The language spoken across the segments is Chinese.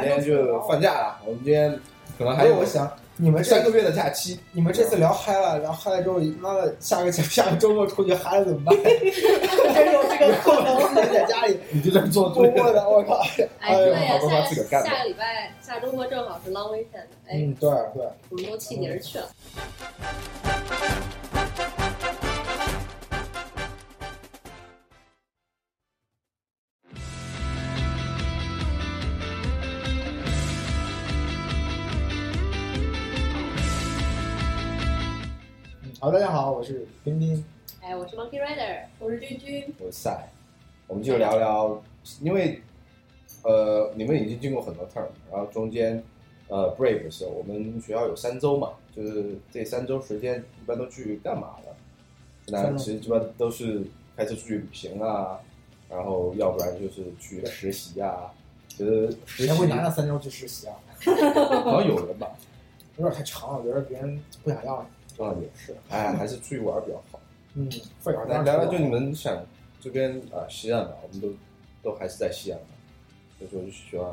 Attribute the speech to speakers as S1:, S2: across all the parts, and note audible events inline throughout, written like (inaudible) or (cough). S1: 天就放假了，我们今天可能还
S2: 所以
S1: 有
S2: 哎我想，你们
S1: 三
S2: 这
S1: 个月的假期，
S2: 你们这次聊嗨了，聊嗨了之后，妈的，下个下个周末出去嗨了怎么 (laughs) 办？真有这个可能，在家里
S1: 你就在做
S2: 默默的，我靠，
S3: 哎，
S2: 哎
S3: 对
S2: 呦
S3: 呀、
S1: 好多话自个儿
S3: 下
S1: 干
S3: 个下个礼拜下周末正好是 long weekend，哎，
S2: 嗯，对对，
S3: 我们都气泥儿去了。
S2: 嗯，好，大家好，我是冰冰，
S3: 哎，我是 Monkey Rider，我是君君，
S1: 我赛，我们就聊聊，因为呃，你们已经经过很多 term，然后中间呃 break 的时候，我们学校有三周嘛，就是这三周时间一般都去干嘛了？那
S2: 三周
S1: 其实基本上都是开车出去旅行啊，然后要不然就是去实习啊，就是实
S2: 谁
S1: 习
S2: 会拿上三周去实习啊？
S1: 好像有人吧，
S2: 有点太长了，我觉得别人不想要。
S1: 啊也是，哎，还是出去玩儿比较好。
S2: 嗯，废话，
S1: 来聊聊，就你们想这边啊，西安嘛，我们都都还是在西安嘛，所以说就喜欢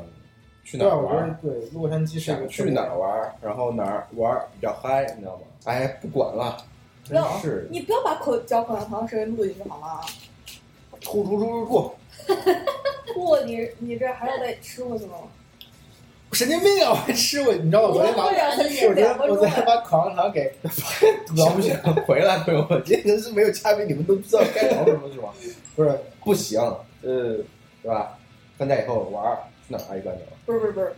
S1: 去哪
S2: 对，
S1: 儿
S2: 我觉
S1: 玩
S2: 得
S1: 儿，
S2: 对，洛杉矶是一
S1: 想
S2: 个
S1: 去哪儿玩儿，然后哪儿玩儿比较嗨，你知道吗？哎，不管了，真
S4: 要
S1: 是
S4: 你不要把口嚼口香糖的声音录进去好啊吗？
S1: 突突突突突，
S4: 不，你你这还要再吃过去吗？
S2: 神经病啊！我吃我，你知道我昨天把，
S4: 我
S2: 我 (laughs)
S4: 会啊，才
S2: 昨天
S4: 两
S2: 我
S4: 分
S2: 昨
S4: 钟
S2: 天
S4: 了。
S2: 把口香糖给 (laughs)
S1: 想不想回来，朋友们？今天真是没有嘉宾，你们都不知道该聊什么是吗？
S2: 不是
S1: (laughs) 不行，呃，对吧？放假以后玩儿去哪儿啊？一般的
S4: 不是不是不是，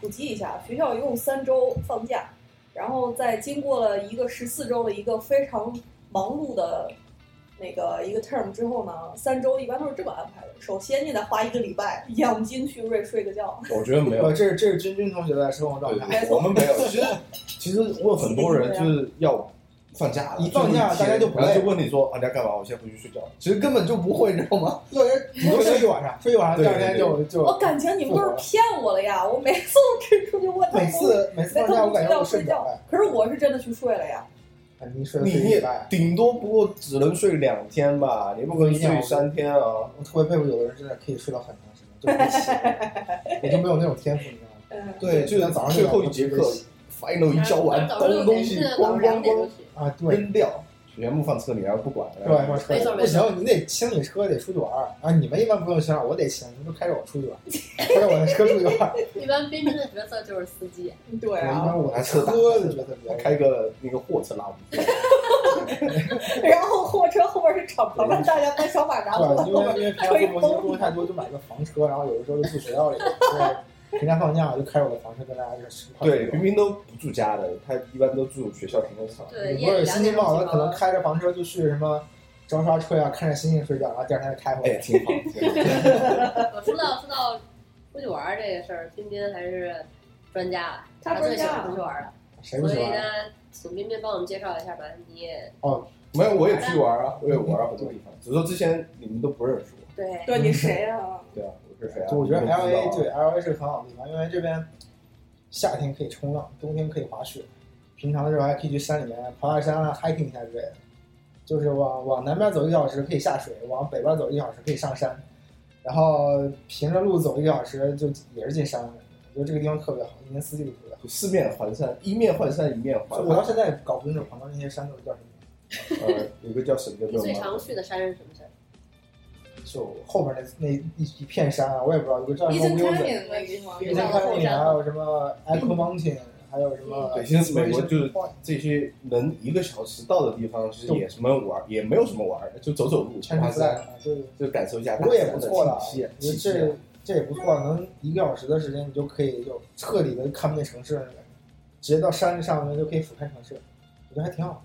S4: 普及一下，学校一共三周放假，然后在经过了一个十四周的一个非常忙碌的那个一个 term 之后呢，三周一般都是这么安排的：首先你得花一个礼拜养精蓄锐睡个觉，
S1: 我觉得 (laughs) 没有
S2: 呃，，这是这是君君同学的生活状
S1: 对对
S2: 态。
S1: 对我们没有。其实其实我有很多人就是要放假了，
S2: 一放假
S1: 就是
S2: 大家就
S1: 天
S2: 不
S1: 然后
S2: 累
S1: 就问你说啊你要干嘛？我先回去睡觉。其实根本就不会，你知道吗？ (laughs)
S2: 有人你就睡一晚上，睡一晚上，
S1: 对
S2: 第
S1: 对
S2: 二天就就
S4: 我哦感情你们都是骗我了呀！我每次都是出去问他
S2: 每次每次放假我感觉我睡不着了。
S4: 可是我是真的去睡了呀。
S2: 哎你睡了
S1: 你
S2: 睡一
S1: 也
S2: 礼拜，
S1: 顶多不过只能睡两天吧，你不可能睡三天啊。
S2: 我特别佩服有的人真的可以睡到很长时间，就不起， (laughs) 我就没有那种天赋，你知道吗？
S4: 嗯，
S1: 对，就是
S2: 早上
S1: 最后一节课，final 一教完，
S3: 早
S1: 东
S3: 上六
S1: 东
S3: 点
S1: 西
S3: 去的，早
S1: 咣
S3: 上两
S1: 咣
S3: 点就
S1: 咣
S3: 去。
S2: 啊，对。
S1: 扔掉，全部放车里，然后不管了。
S2: 对吧？说
S3: 没错
S2: 不行，你得清理车，得出去玩儿啊！你们一般不用清理，我得清，你们都开着我出去 (laughs) 玩儿，开着我的车出去玩
S1: (laughs)
S2: 儿。
S3: 一般编织的角色就是司机，
S4: 对
S2: 我一
S4: 啊。
S2: 般我的车的角色比较
S1: 开个那个货车拉不住，
S4: 然后货车后边是敞篷的，大家当小马扎
S2: 对，因
S4: 子。
S2: 为因为平常父母亲工作太多，就买个房车，然后有的时候就住学
S3: (laughs)
S2: 校里，对，人家放假我就开着我的房车跟大家一块去。
S1: 对，冰冰都不住家的，她一般都住学校停车场。
S3: 对，
S2: 不
S3: 夜里
S2: 是
S3: 两
S2: 心情
S3: 点钟
S2: 不好
S3: 起
S2: 的，可能
S3: 床。
S2: 开着房车就去什么朝沙吹啊，看着星星睡觉，然后第二天再开回
S1: 哎，
S2: 来。
S1: 挺好，挺好。
S3: 我呃说到说到出去玩儿这个事儿，彬彬还是专家了，
S4: 他
S3: 最
S4: 专
S3: 喜
S4: 家啊
S3: 欢出去玩儿了。
S1: 哎
S2: 谁不
S3: 所
S2: 喜
S1: 啊
S3: 以
S2: 欢？啊
S3: 呢，请彬彬帮我们介绍一下吧。你也
S1: 没有，我也出去玩啊，我也玩啊很多地
S2: 嗯
S1: 方，只是说之前你们都不认识我。
S3: 对
S4: 对，你谁啊？
S1: 对啊，我是谁啊？
S2: 就我觉得
S1: 你们不
S2: L
S1: 知道
S2: A
S1: 啊
S2: 对 L A 是个很好的地方，因为这边夏天可以冲浪，冬天可以滑雪，平常的时候还可以去山里面爬爬山啊，hiking 一下之类的。就是往往南边走一个小时可以下水，往北边走一个小时可以上山，然后平着路走一个小时就也是进山了。我觉得这个地方特别好，一年四季都特别好。
S1: 就四面环山，一面环山，一面环
S2: 就
S1: 海。
S2: 我到现在搞不清楚旁边那些山都是叫什么，
S1: 呃，有个叫沈哥
S3: 你
S1: 叫
S3: 最
S1: 什
S3: 常
S1: 么？
S3: 去的山是什么山？
S2: 就后边那那一一片山啊，我也不知道，有个叫什么
S4: Easton
S2: w i l s o n
S4: 那个地方
S3: 比
S2: 伊
S3: 如
S2: 森
S3: 像
S2: 康
S3: 后
S2: 定，还
S3: 山，
S2: 有什么 Echo Mountain，还有什么
S1: 对，现在
S2: Inspiration
S1: 美国就是
S2: Point
S1: 这些能一个小时到的地方，其实也什么玩，也没有什么玩的，就走走路、
S2: 全
S1: 爬爬
S2: 是在
S1: 山，，
S2: 对，
S1: 就感受一下
S2: 不
S1: 大
S2: 过也
S1: 自
S2: 不
S1: 然的
S2: 错了，
S1: 气
S2: 我觉
S1: 息。
S2: 得
S1: 气息啊
S2: 这这也不错，能一个小时的时间，你就可以就彻底的看不见城市了，直接到山上面就可以俯瞰城市，我觉得还挺好。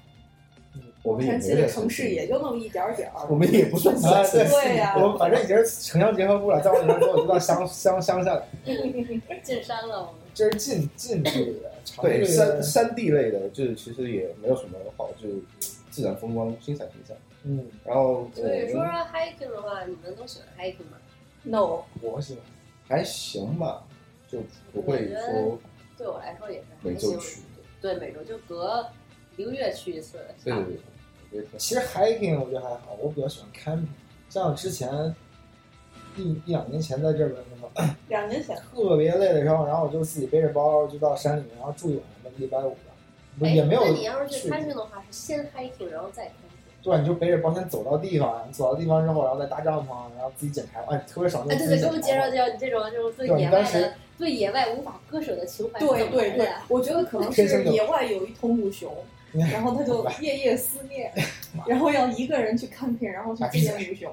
S1: 我们也没
S4: 山西
S1: 有
S4: 的
S1: 在
S4: 城市也就那么一点儿点儿
S1: 我。们也不算山
S2: 啊对
S4: 对呀
S2: 我们反正已经是城乡结合部了，再往里面走我就到乡乡乡下了，
S3: 进山了，我们
S2: 这是近近距离的，长距
S1: 对
S2: 离
S1: 山
S2: 的，
S1: 山地类的，就是其实也没有什么好，就是自然风光欣赏欣赏。
S2: 嗯，
S1: 然后我
S3: 所以说
S1: 们
S3: hiking 的话，你们都喜欢 hiking 吗？
S4: No，
S2: 我喜欢。
S1: 还行吧，就不会说
S3: 对我来说也是
S1: 每
S3: hiking。
S1: 周去。
S4: 啊
S3: 对，每周就隔一个月去一次。
S1: 对对对，我觉得挺好
S2: 其实 hiking 我觉得还好，我比较喜欢 camping。像之前一一两年前在这边的时候，
S4: 两年前，
S2: 特别累的时候，然后我就自己背着包就到山里，然后住一晚上，一百五的，不也没有
S3: 哎。那你要是
S2: 去
S3: 去 hiking 的话，是先 hiking 然后再 camping。
S2: 对，你就背着包先走到地方，走到地方之后，然后再搭帐篷，啊然后自己捡柴火，哎，特别爽。
S3: 哎，对对，给我们介绍
S2: 的。
S3: 介绍你这种这种对
S2: 对
S3: 野
S2: 当
S3: 外
S2: 时
S3: 的、对野外无法割舍的情怀是怎
S4: 对
S3: 么来
S4: 对
S3: 的
S4: 对
S3: 呀，
S4: 我觉得可能是野外有一头母熊，然后他就夜夜思念，然后要一个人去看片，然后去见母熊。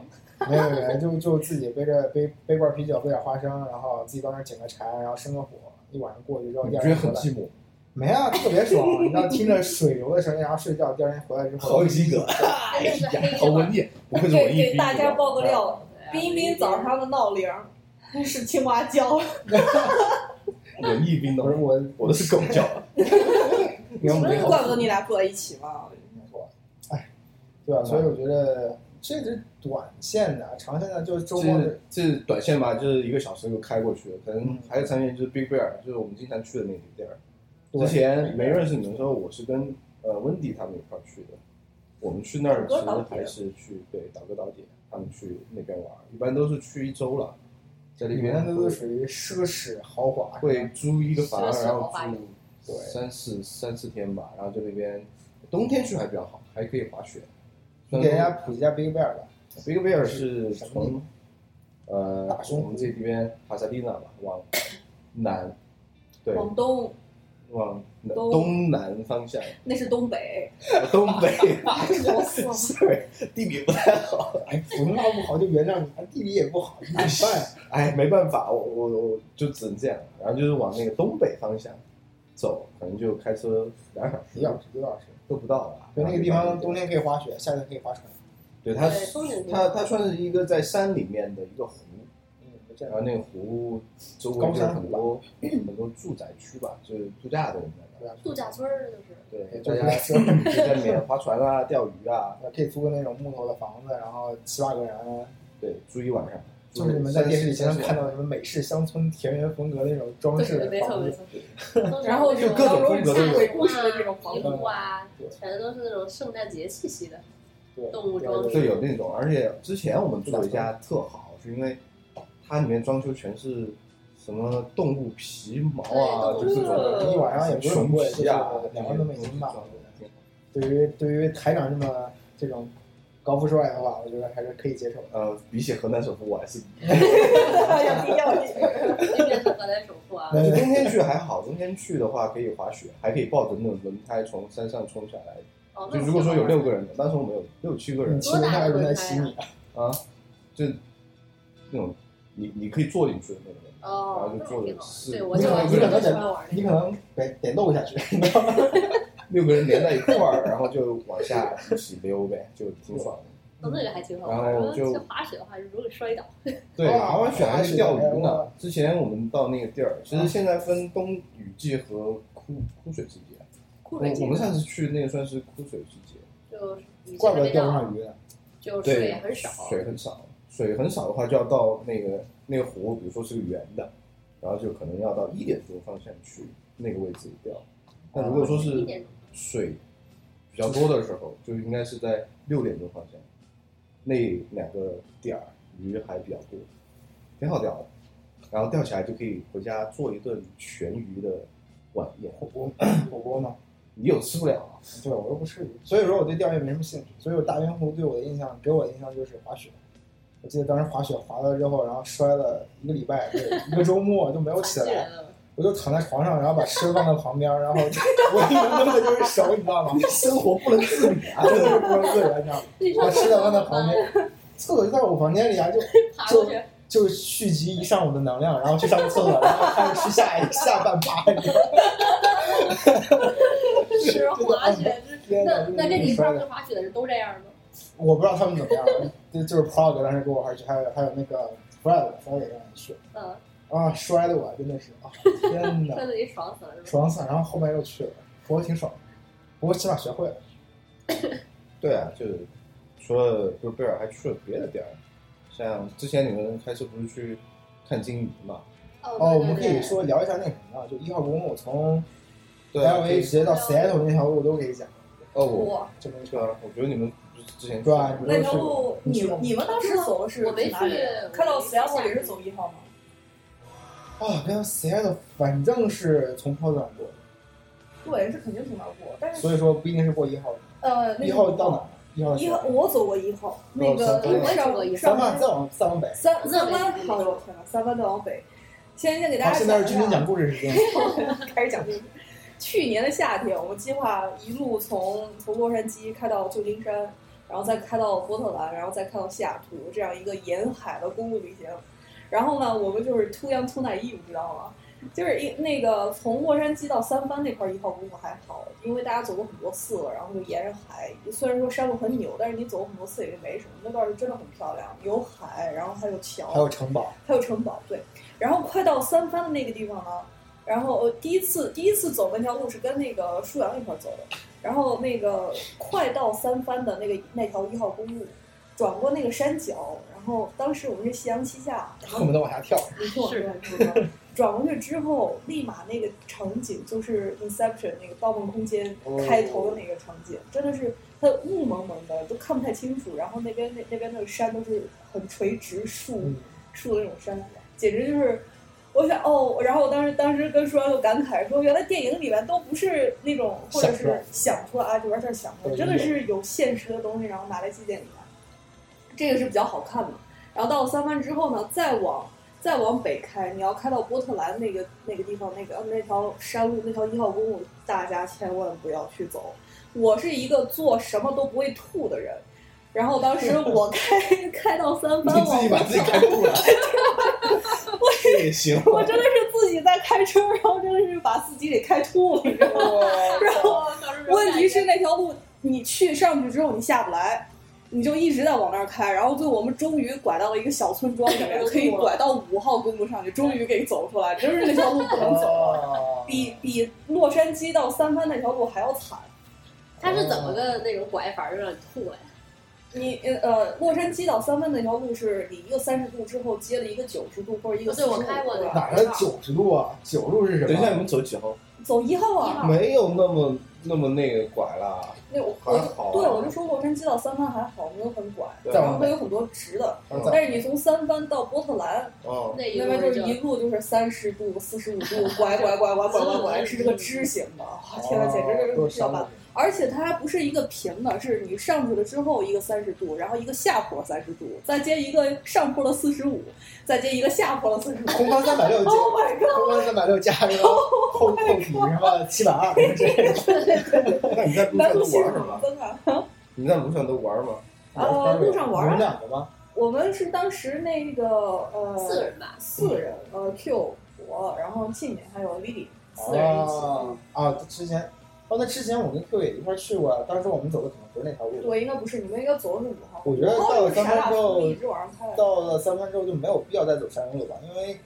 S2: 没有没有，就就自己背着背背罐啤酒，背点花生，然后自己到那儿捡个柴，然后生个火，一晚上过去之后，
S1: 你
S2: 第
S1: 不
S2: 二
S1: 觉得
S2: 天回
S1: 很
S2: 来
S1: 寂寞？
S2: 没啊，特别爽。你知道听着水流的声音，然后睡觉，第二天回来之后，
S1: 好有性格，
S3: 哎那是黑
S1: 呀，
S3: 的
S1: 好
S3: 吧
S1: 文艺，不愧是文
S4: 给
S1: 艺
S4: 给
S1: 逼
S4: 大家
S1: 格
S4: 报个料，
S3: 对啊
S4: 彬彬早上的闹铃儿是青蛙叫，
S1: 哎文艺冰
S2: 不是
S1: 冻，
S2: 我，
S1: (laughs) 我的是狗叫。
S2: 因为我没有
S4: 怪不得你俩住在一起嘛。
S2: 哎对吧？所以我觉得这是短线的，长线的就是周末的
S1: 这这短线吧，就是一个小时就开过去了。可能还有长线就是 Big Bear，就是我们经常去的那个地儿。
S2: 对
S1: 之前没认识你们的时候，我是跟呃温迪他们一块儿去的。我们去那儿其实还是去对岛哥岛姐他们去那边玩，一般都是去一周了，在那
S2: 里
S1: 边
S2: 面都
S1: 会
S2: 是属于奢侈豪华，
S1: 会租一个房，
S3: 奢侈
S1: 然后
S3: 豪华游
S1: 住三四三四天吧，然后在那边冬天去还比较好，还可以滑雪。
S2: 你给大家普及一下 Big Bear 吧。
S1: Big Bear 是
S2: 什么地
S1: 从呃
S2: 大熊
S1: 我们这边帕萨蒂纳吧，往南，对，
S4: 往东
S1: 往南
S4: 东
S1: 东南方向，
S4: 那是东北，
S1: 东北， (laughs)
S4: 好死了
S1: 对，地理不太好。
S2: 哎，普通话不好就原谅你，地理也不好，怎么办？
S1: 哎，没办法，我我我就只能这样，然后就是往那个东北方向走，可能就开车两小
S2: 一
S1: 时
S2: 小时，一小时。
S1: 都不到吧。
S2: 就那个地
S1: 然后
S2: 方，
S1: 就到
S2: 冬天可以滑雪，夏天可以划船。
S1: 对它
S3: 对风景
S1: 它它算是一个在山里面的一个湖，
S2: 嗯，这
S1: 然后
S2: 样。
S1: 那个湖周围就是很多 (clears throat) 很多住宅区吧，就是度假的人在那。
S3: 度假村儿就是。
S1: 对，
S2: 就
S1: 大
S2: 是 (laughs)
S1: 家就在里面划船啊、钓鱼啊，
S2: 可以租个那种木头的房子，然后七八个人，
S1: 对，住一晚上。
S2: 就是你们在电视里经常看
S1: 到，
S2: 到什么美式乡村田园风格那种装
S3: 对
S2: 饰
S3: 对，
S2: 的
S3: 没错
S2: 房
S3: 没
S2: 子，
S3: 错。
S1: (laughs)
S4: 然后
S3: 就
S4: 就
S1: 各种风
S4: 比
S1: 格
S4: 如
S1: 都有
S4: 讲鬼故事的那种房
S3: 衣
S4: 子，
S3: 服啊
S2: 对，
S3: 全都是那种圣诞节气息的
S2: 对
S3: 动物装
S1: 对，
S3: 饰。
S1: 有那种，而且之前我们住了一家特好，是因为它里面装修全是什么动物皮毛啊，就
S3: 对
S1: 是
S3: 动
S1: 这
S3: 物皮
S1: 种
S2: 一晚上也不是很
S1: 熊
S2: 贵，就是
S1: 皮啊，
S2: 两万多美金吧
S1: 这。种东西
S2: 对于对于台长这么这种高富帅的话，我觉得还是可以接受的。
S1: 呃，比起河南首富，我还是
S4: (laughs) 要低调一点。
S3: 对，面是河南首富啊，
S2: 那
S1: 就冬天去还好，冬天去的话可以滑雪，还可以抱着那种轮胎从山上冲下来。
S3: 哦，
S1: 就
S3: 那
S1: 如果说有六个
S3: 人，
S1: 人的，当时我们有六七个人
S2: 你，骑着它轮胎洗你，
S1: 啊，就那种你你可以坐进去的那种，然
S3: 哦
S1: 后，就
S3: 那
S1: 坐
S3: 还
S1: 着
S3: 挺好。
S1: 四
S3: 对，
S1: 五
S3: 我
S1: 个
S3: 就
S1: 人
S3: 我
S2: 你可能
S3: 就
S2: 得
S3: 喜欢玩
S2: 你可
S3: 那个。
S2: 能得得漏下去，你知道吗？
S1: 六个人连在一块儿，然后就往下一起溜呗，就挺爽的。
S3: 哦那个还
S2: 嗯
S3: 挺好玩
S1: 然后
S3: 儿。
S1: 就
S3: 去滑雪的话，如果摔倒，
S1: 对，
S2: 哦
S1: 滑完雪还去钓鱼
S2: 哎
S1: 呢。之前我们到那个地儿，其实现在分冬雨季和枯枯水季节。
S3: 酷
S1: 我
S3: 水节
S1: 我们上次去那个算是枯水季节，
S3: 就是雨
S2: 怪
S3: 下
S2: 不
S3: 没
S2: 得钓不
S3: 到，
S2: 上鱼呢。
S3: 就水
S1: 对，
S3: 很少。
S1: 水很少，水很少的话就要到那个那个湖，比如说是个圆的，然后就可能要到一点钟方向去那个位置钓。那如果说
S3: 哦一
S1: 是
S3: 点钟
S1: 水比较多的时候，就应该是在六点钟方向，那两个点儿鱼还比较多，挺好钓的。然后钓起来就可以回家做一顿全鱼的晚宴。
S2: 火锅火锅嘛，
S1: 你有吃不了啊？ (laughs)
S2: 对我又不吃鱼，所以说我对钓鱼没什么兴趣。所以我大冰湖对我的印象，给我的印象就是滑雪。我记得当时滑雪滑了之后，然后摔了一个礼拜，对，一个周末就没有起
S3: 残疾
S2: 来
S3: 人。了。
S2: 我就躺在床上，然后把吃放在旁边，然后我一能动的就是手，你知道吗？
S1: 生活不能自理啊！
S2: 啊，就是不能自然，你知道吗？
S3: 你说
S2: 我吃的放在
S3: 怎么
S2: 旁
S3: 办呀
S2: 边，厕所就在我房间里啊，就 (laughs)
S3: 爬过去，
S2: 就蓄积一上午的能量，然后去上个厕所，然后开始吃下一下半趴，你知道吗？
S3: 是滑雪，是
S2: 天
S3: 那
S2: 哪
S3: 那跟你一块
S2: 摔
S3: 儿
S2: 的
S3: 去滑雪的人都这样吗？
S2: 我不知道他们怎么样，就就是 Prog 当时跟我还是还有还有那个 Fred Fred 也让人去
S3: 嗯，
S2: 啊，摔的我真的是啊，天
S3: 摔 (laughs)
S2: 哪，
S3: 得你爽死了是吧？
S2: 爽死了！然后后面又去了，不过挺爽的，不过起码学会了。
S1: 对啊，就是除了就贝尔，还去了别的地儿，像之前你们开车不是去看鲸鱼嘛？
S2: 哦，我
S3: 对
S2: 们可
S3: 对
S2: 以
S3: 对，
S2: 说聊一下那什么啊，就一号公路从
S1: 对啊，
S2: L A 直接到 Seattle 那条路都给讲，
S1: 哦，我
S4: 多。
S2: 这么一
S1: 对
S2: 个。
S1: 啊，我觉得你们之前
S2: 对啊
S4: 那条路
S2: 你
S4: 你
S2: 去过吗
S4: 你们当时走的是
S3: 我没去
S4: 哪里？开到
S3: 我没去
S4: 死鸭坡
S3: 下
S4: 也是
S3: 去
S4: 走一号吗？
S2: 啊，跟 Seattle 反正是从坡段过，
S4: 对，是肯定从那儿过，但是
S2: 所以说不一定是过一号。
S4: 呃，那
S2: 一
S4: 个
S2: 号到哪儿？一号是
S4: 一号我走过一号，那个
S2: 我也
S3: 走
S4: 上
S3: 过一号
S2: 三
S4: 上
S2: 万，再往再往北。
S4: 三
S3: 那
S4: 三
S3: 没
S4: 湾，
S3: 去
S4: 好呦我天呐，三湾再往北。先先给大
S2: 好，
S4: 家
S2: 现啊在是
S4: 讲一
S2: 君君
S4: 下
S2: 讲故事时
S4: (laughs)
S2: 间。
S4: 开始讲故事。去年的夏天，我们计划一路从从洛杉矶开到旧金山，然后再开到波特兰，然后再开到西雅图，这样一个沿海的公路旅行。然后呢，我们就是 too young too naive，你知道吗？就是一那个从洛杉矶到三藩那块儿一号公路还好，因为大家走过很多次了，然后就沿着海，虽然说山路很扭，但是你走过很多次也就没什么。那段是真的很漂亮，有海，然后还有桥，
S2: 还有城堡，
S4: 还有城堡，对。然后快到三藩的那个地方呢，然后呃第一次第一次走那条路是跟那个舒阳一块儿走的，然后那个快到三藩的那个那条一号公路，转过那个山脚，然后当时我们是夕阳西下，然后
S2: 恨不得往下跳。
S4: 你听我说，你听我说，转过去之后，立马那个场景就是《Inception》那个《盗梦空间
S2: 哦》
S4: 开头的那个场景，真的是它雾蒙蒙的，都看不太清楚。然后那边那那边那个山都是很垂直树
S2: 嗯，
S4: 树的那种山，简直就是。我想哦，然后我当时当时跟舒安就感慨说，原来电影里面都不是那种，或者
S2: 想出来
S4: 是想出来啊，就完事儿想出
S2: 对
S4: 来，真的是有现实的东西，然后拿来祭奠你啊，这个是比较好看的。然后到了三藩之后呢，再往再往北开，你要开到波特兰那个那个地方，那个那条山路，那条一号公路，大家千万不要去走。我是一个做什么都不会吐的人，然后当时我 (laughs) 开开到三
S2: 你
S4: 藩
S2: 自己
S4: 往
S2: 把自己开吐
S4: (laughs)
S2: 了，这也行。
S4: 我真的是自己在开车，然后真的是把自己给开
S3: (laughs)
S4: 吐了，你知道吗？ (laughs) 然
S2: 哦
S4: (laughs) 后问题 (laughs) 是那条路，你去上去之后你下不来，你就一直在往那儿开，然后最后我们终于拐到了一个小村庄里
S3: (laughs)
S4: 面，可以拐到五号公路上去，终于给走出来，真是那条路不能走，
S2: 哦
S4: 比 (laughs) 比洛杉矶到三藩那条路还要惨。
S3: 他是怎么个那种拐法让你吐呀？
S4: 你呃，洛杉矶到三藩那条路是你一个三十度之后接了一个九十度或者一个
S3: 哦
S4: 四十
S3: 对
S4: 度
S3: 我开过那个
S4: 吧
S2: 哪儿的九十度啊？九路是什么？
S1: 等一下，你们走几号？
S4: 走一号啊
S3: 一，号
S1: 没有那么那么那个拐啦，
S4: 那我
S1: 还
S4: 我
S1: 好啊
S4: 就对我就说洛杉矶到三藩还好，没有很拐，
S1: 对啊
S4: 然后会有很多直的，
S2: 嗯
S4: (laughs) 但是你从三藩到波特兰
S1: 嗯，
S3: 那一
S4: 哦那
S3: 路
S4: 边就是
S3: 就
S4: 一路就是三十度、四十五度，拐拐拐拐拐拐拐，是这 (laughs) 个支形的，哇天呐，
S1: 哦
S4: 简直
S2: 都
S4: 就是是要
S2: 哦山
S4: 把
S2: 路，
S4: 而且它还不是一个平的，是你上去了之后一个三十度，然后一个下坡三十度，再接一个上坡的四十五，再接一个下坡的四
S1: 哦
S4: 十五。
S2: 红方三百六
S4: Oh my god！
S2: 红方三百六加什么后后底什么七百二，
S1: 那 (laughs) 你在路
S4: 难
S1: 上
S4: 度
S1: 都
S4: 系
S1: 玩什
S4: 数怎
S1: 么
S4: 么？增啊？
S1: 你在路上都玩吗？
S4: (laughs) 呃路上玩啊
S2: 你们两个吗？
S4: 我们是当时那个呃
S3: 四个人吧，
S4: 四个人，呃，Q 我，然后庆敏还有 Lily，四个人一
S1: 哦
S4: 起。
S2: 啊啊！之前哦，那之前我跟 Q 也一块儿去过，啊当时我们走的可能不是那条路。
S4: 对，应该不是，你们应该走的是五号。
S2: 我觉得到了
S4: 哦，
S2: 三
S4: 傻
S2: 藩
S4: 大
S2: 之后
S4: 叔一直往上开，
S2: 到了三藩之后就没有必要再走山路了吧，因为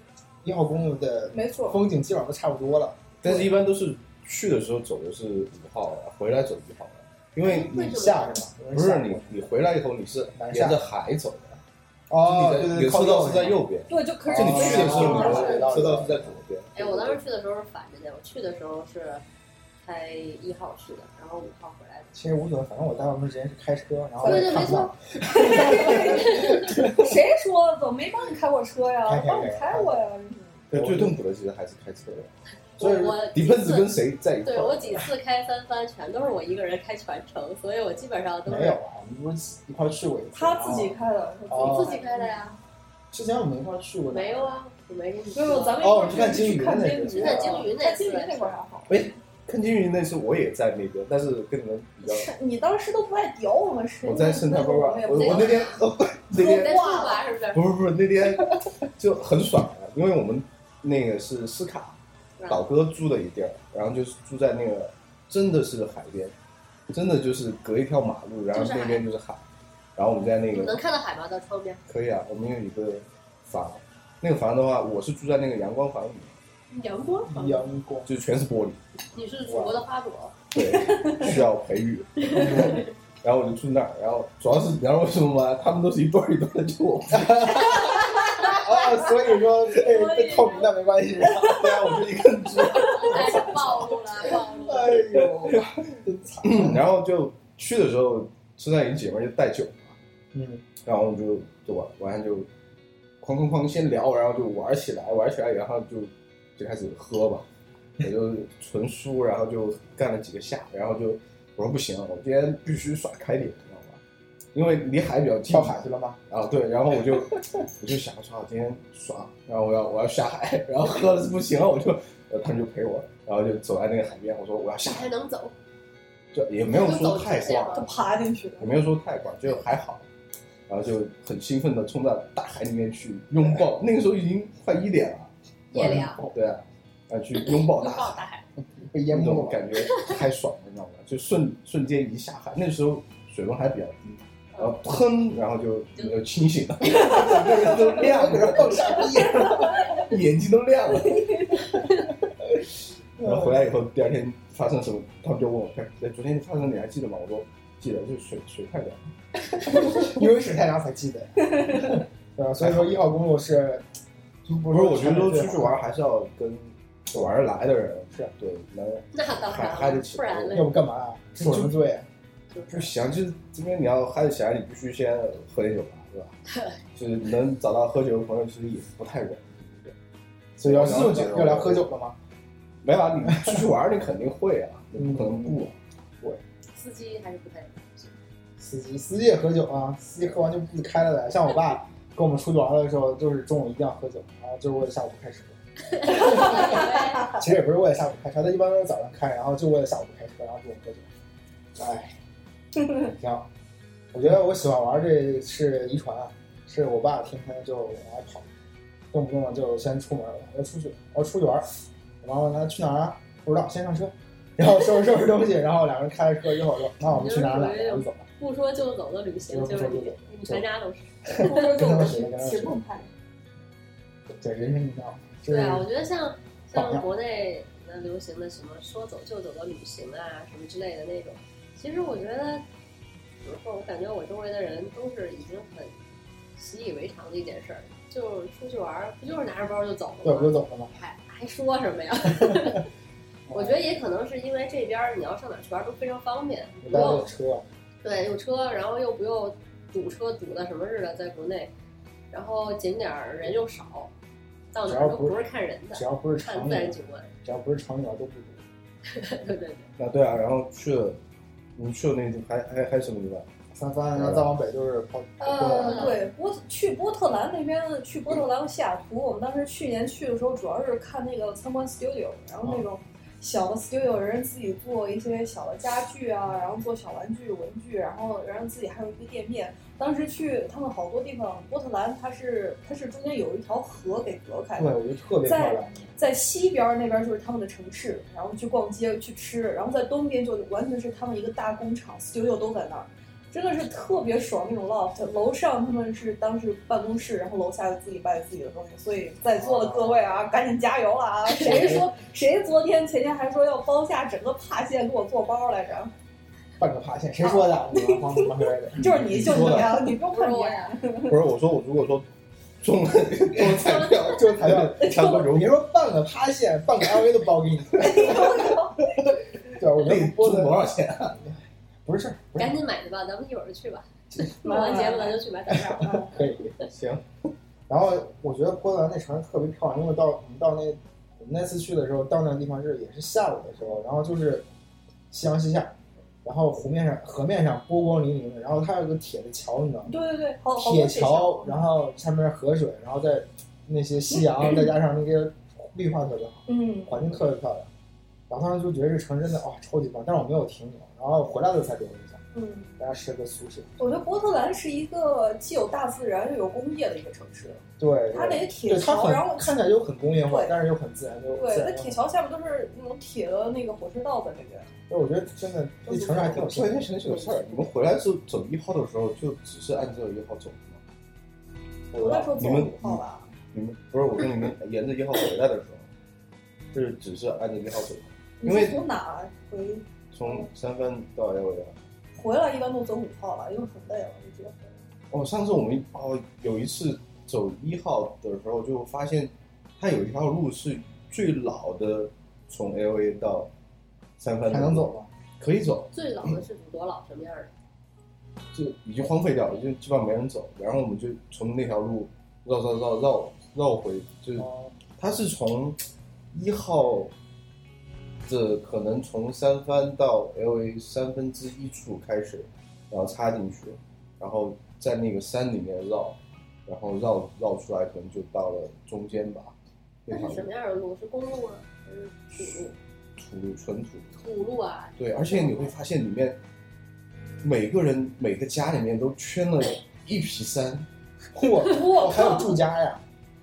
S2: 一号公路的
S4: 没错。
S2: 风景基本上都差不多了。
S1: 但是一般都是去的时候走的是五号，啊回来走一号，因为
S3: 为
S1: 你
S3: 什么
S2: 下是吧？有人
S1: 不是
S2: 下
S1: 你你回来以后你是
S2: 南下
S1: 沿着海走的，
S2: 哦，
S1: 就
S2: 对
S1: 你的你
S2: 对对，
S1: 的
S2: 靠
S1: 车道是在
S2: 吧
S1: 右边，
S4: 对，就可
S1: 就是你
S2: 哦
S1: 去的时候你
S2: 哦
S1: 的车道是在左边。
S3: 哎，我当时去的时候是反着的，我去的时候是开一号去的，然后五号回来的。
S2: 其实无所谓，反正我大部分时间是开车，然后
S3: 对对
S2: 看不到。
S4: (laughs) 谁说怎么没帮你开过车呀
S2: 开？开
S4: 帮你
S2: 开
S4: 开过呀。
S1: 对，最痛苦的其实还是开车的。
S3: 我
S1: 所以
S3: 我
S1: 你
S3: 几
S1: 喷子
S3: 次
S1: 跟谁在一块
S3: 对
S1: 儿？
S3: 我几次开三番，全都是我一个人开全程，所以我基本上都
S2: 没有
S3: 是
S2: 啊，我们不是一块儿去过一次？
S4: 他自己
S2: 哦
S4: 开的，他
S2: 哦
S3: 自己开的。呀。
S2: 之前我们一块儿去过的。
S3: 没有啊，我没跟你
S4: 没有，
S3: 说。
S4: 咱们一
S2: 哦
S4: 块儿
S2: 你看金
S4: 去
S2: 鱼
S4: 看
S2: 那
S4: 金
S2: 个
S4: 鱼，
S3: 看金鱼那
S4: 看金鱼
S3: 次
S4: 那会儿还啊好。
S1: 看金鱼那次我也在那边，但是跟你们比较，
S4: 是你当时都不爱屌我们，是
S1: 我在圣诞坡吧，我我那天哦 (laughs) 那
S3: 你
S1: 天
S3: 在吐吧，是不是？
S1: 不是不是那天就很爽啊，因为我们那个是斯卡岛哥租的一地儿，然后就是住在那个真的是海边，真的就是隔一条马路，然后那边就是海，然后我们在那
S3: 你们能
S1: 个
S3: 看到海吗？到窗边？
S1: 可以啊，我们有一个房，那个房的话，我是住在那个阳光房里面，
S3: 阳
S2: (laughs)
S3: 光
S2: 阳光。
S1: 就是全是玻璃。
S3: 你是祖国的花朵，
S1: 对，需要培育。 (laughs) 然后我就住那儿，然后主要是你知道为什么吗？他们都是一对儿一对儿的， (laughs) 就我不
S2: 啊，所以
S3: (laughs)
S2: 说这这靠谱那没关系。
S1: 对啊，我就一个人住。 (laughs)
S3: 哎，暴露了，暴露
S2: 哎
S3: 了。
S4: 有
S2: 真惨。
S1: 然后就去的时候，孙善宇姐妹就带酒，
S2: 嗯，
S1: 然后我们就就晚晚上就哐哐哐先聊，然后就玩起来，玩起来，然后就就开始喝吧，我就纯输，然后就干了几个下，然后就我说不行，我今天必须耍开脸，你知道吗？因为离海比较近
S2: 跳
S1: 嘛，
S2: 海去了吗？
S1: 啊，对，然后我就我就想说，我啊今天爽，然后我要我要下海，然后喝的是不行了，我就呃他们就陪我，然后就走在那个海边，我说我要下
S3: 这
S1: 海，
S3: 还能走，
S1: 就也没有说太
S4: 都
S1: 挂，
S4: 爬进去了
S1: 也。没有说太挂，就还好，然后就很兴奋的冲到大海里面去拥抱，那个时候已经快一点了，
S3: 夜里啊，
S1: 对啊，啊去拥抱
S3: 拥
S1: 大
S3: 抱
S1: 海，
S3: 大海，
S2: 被淹
S1: 那
S2: 没
S1: 种
S2: 了。
S1: 感觉太爽了，你知道吗？就瞬瞬间一下海，那时候水温还比较低，然后砰，然后就你就清醒了，整个
S2: (laughs)
S1: 人都亮了，然后傻逼了，眼睛都亮了。 (laughs) 然后回来以后，第二天发生什么，他们就问我，哎，昨天发生你还记得吗？我说记得，就是水水太凉了。
S2: 因为史太郎才记得，对吧？所以说一号公路是，不
S1: (laughs) 不是，我觉得出去，玩还是要跟啊玩得来的人，
S2: 是
S1: 对，能
S3: 那当
S1: 嗨
S3: 然
S1: 嗨得
S3: 了
S1: 起，
S3: 不然
S2: 要
S3: 呢？
S2: 不干嘛啊？受什么罪啊？
S1: 不行，就是这边你要嗨得起来，你必须先喝点酒吧，对吧？ (laughs) 就是能找到喝酒的朋友，其实也不太容易。所以
S2: 要
S1: 要
S2: 聊要聊喝酒，了吗？
S1: 没有啊？你出去玩儿，你肯定会啊，你不可能不啊。
S3: 司机还是不太 (laughs) 容易
S2: 司机司机也喝酒啊，司机喝完就不开了的。像我爸跟我们出去玩的时候，就是中午一定要喝酒，然后就是为了下午不开车。其实也不是为了下午开车，他一般都是早上开，然后就为了下午不开车，然后中午喝酒。
S3: (laughs)
S2: 哎，挺好。我觉得我喜欢玩这是遗传啊，是我爸天天就往外跑，动不动就先出门，我要出去，我要出去玩。我妈问他去哪儿啊？不知道，先上车。然后收拾收拾东西，然后两个人开着车一会儿说：“那我们去哪儿哪儿，我们走。”
S3: 不说就走的旅行，就是你，你全家都是。
S4: 不是这种行动派，
S2: 对，人生一道，这
S3: 对啊，我
S2: 是
S3: 觉得像
S2: 榜
S3: 像
S2: 样
S3: 国内的流行的什么说走就走的旅行啊，什么之类的那种，其实我觉得，怎么说？我感觉我周围的人都是已经很习以为常的一件事儿，就是出去玩儿，不就是拿着包就走
S2: 要
S3: 了
S2: 不就
S3: 吗？
S2: 走了吗？
S3: 还还说什么呀？ (laughs) 我觉得也可能是因为这边儿你要上哪儿去玩儿都非常方便，
S2: 我
S3: 不
S2: 带
S3: 用
S2: 着车，
S3: 对，有车，然后又不用堵车堵的什么似的，在国内，然后景点儿人又少，到哪
S2: 只要
S3: 儿都
S2: 不
S3: 不是看人的
S2: 只，要不是
S3: 看
S2: 长
S3: 自
S2: (laughs)
S3: 然
S2: 远，
S3: 景观。
S2: 只要不是长远都不如。
S3: 对对对，
S1: 啊，对啊，然后去了，你去了那地还还还有什么地方？
S2: 三番，然后再往北就是跑。
S3: 嗯
S4: 呃，对，波去波特兰那边，去波特兰和西雅图，我们当时去年去的时候，主要是看那个参观 studio，然后那种小的 studio 人自己做一些小的家具啊，然后做小玩具、文具，然后然后自己还有一个店面。当时去他们好多地方，波特兰它是它是中间有一条河给隔开
S2: 对，
S4: 的，
S2: 我觉得特别漂亮。
S4: 在西边儿那边儿就是他们的城市，然后去逛街去吃，然后在东边就完全是他们一个大工厂，studio 都在那儿，真的是特别爽那种 loft。楼上他们是当时办公室，然后楼下自己卖自己的东西，所以在座的各位啊，赶紧加油了啊！谁说谁昨天前天还说要包下整个帕县给我做包来着？
S2: 半个爬线，谁说
S3: (laughs)
S2: 的？啊你们黄黄嗯哥的，
S4: 就是你，就是你啊！你不用看我呀，
S1: 不是，我说我如果说中了中了彩票，
S2: 这才叫。
S1: 强迫
S2: 别
S1: 容易
S2: 说半个趴线，半个 LV 都包给你。对，我觉得
S1: 中
S2: 波
S3: (laughs)
S1: 多
S2: 特
S1: 少 (laughs) 钱？
S2: 不是不是
S3: 赶紧买去吧，咱们一会儿就去吧。录完节目咱就去买彩票。
S2: 可以。
S1: 行，
S2: 然后我觉得波特兰那城市特别漂亮，因为到我们到那我们那次去的时候，到那个地方是也是下午的时候，然后就是夕阳西下，然后湖面上河面上波光粼粼的，然后它有个铁的桥，你知道吗？
S4: (laughs) 对对对，
S3: 哦
S4: 好好多
S2: 铁
S4: 学校
S2: 桥，，然后下面河水，然后再那些夕阳，再加上那些绿化特别好，
S4: 嗯，
S2: 环境特别漂亮。然后当时就觉得这城真的哇、超级棒，但是我没有停留，然后回来的才留了一下，
S4: 嗯。
S2: 大家吃了个苏式。
S4: 我觉得波特兰是一个既有大自然又有工业的一个城市，
S2: 对，
S4: 它那个铁
S2: 对它
S4: 桥，
S2: 很
S4: 然后
S2: 看起来就很工业化
S4: 对，
S2: 但是又很自然，就
S4: 对
S2: 自，然
S4: 那
S2: 又
S4: 铁桥下面都是那种铁的那个火车道在那边。
S2: 所以我觉得真的这城市还挺有
S1: 我
S2: 趣
S1: 突然
S2: 的
S1: 间。想起个事儿，你们回来是走一号的时候，就只是按照一号走吗？
S4: 我那时候走
S1: 你们
S4: 五号吧，
S1: 你们不是我跟你们沿着一号回来的时候，是只是按着一号走，
S4: 你
S1: 因为
S4: 是从哪儿回
S1: 从三藩到啊 L A。
S4: 回来一般都走五号了，因为很累了，就直接回来。
S2: (laughs)
S1: 哦，上次我们哦有一次走一号的时候，就发现它有一条路是最老的，从 L A 到三番
S2: 还能走吗？
S1: 可以走，
S3: 最老的是多老什么样的？
S1: 就已经荒废掉了，就基本上没人走。然后我们就从那条路绕绕绕绕绕回，就是
S2: 哦，
S1: 它是从一号这可能从三番到 L A 三分之一处开始，然后插进去，然后在那个山里面绕，然后绕绕出来，可能就到了中间吧。那
S3: 那
S1: 条
S3: 是什么样的路？是公路吗？还是土路？
S1: 土路纯土路
S3: 土路啊，
S1: 对，而且你会发现里面每个人每个家里面都圈了一匹山，
S2: 嚯，
S4: 我
S2: 哦还有
S4: 靠，
S2: 住家呀，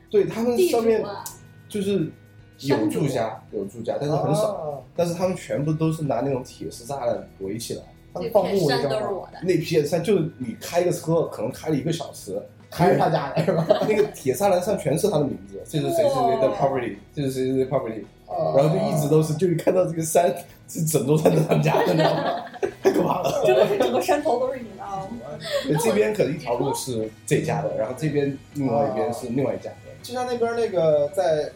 S1: 对他们
S3: 地
S1: 上
S3: 主
S1: 面
S3: 啊，
S1: 就是有住家有住家，但是很少，
S4: 哦
S2: 少，
S1: 但是他们全部都是拿那种铁丝栅栏围起 (laughs) 来，
S2: 他
S3: 这
S2: 们放
S3: 片
S2: 牧为
S3: 山
S2: 生
S3: 都是
S2: 嘛，
S3: 我的。
S1: 那片山就是你开个车可能开了一个小 (laughs) 时，
S2: 还是他家的是吧？
S1: 那个铁栅栏上全是他的名字，这是谁谁谁的
S4: 哇
S1: property，这是谁谁谁的 property，
S2: 然
S1: (laughs) 然后就一直都是，就一看到这个山是整座山都是他们家的，你知道 (laughs) 吗？太可怕了。
S4: 真的是整个山头都是你的啊！
S1: 对这边可能一条路是这家的，然后这边另外一边是另外一家的。
S2: 就像那边那个在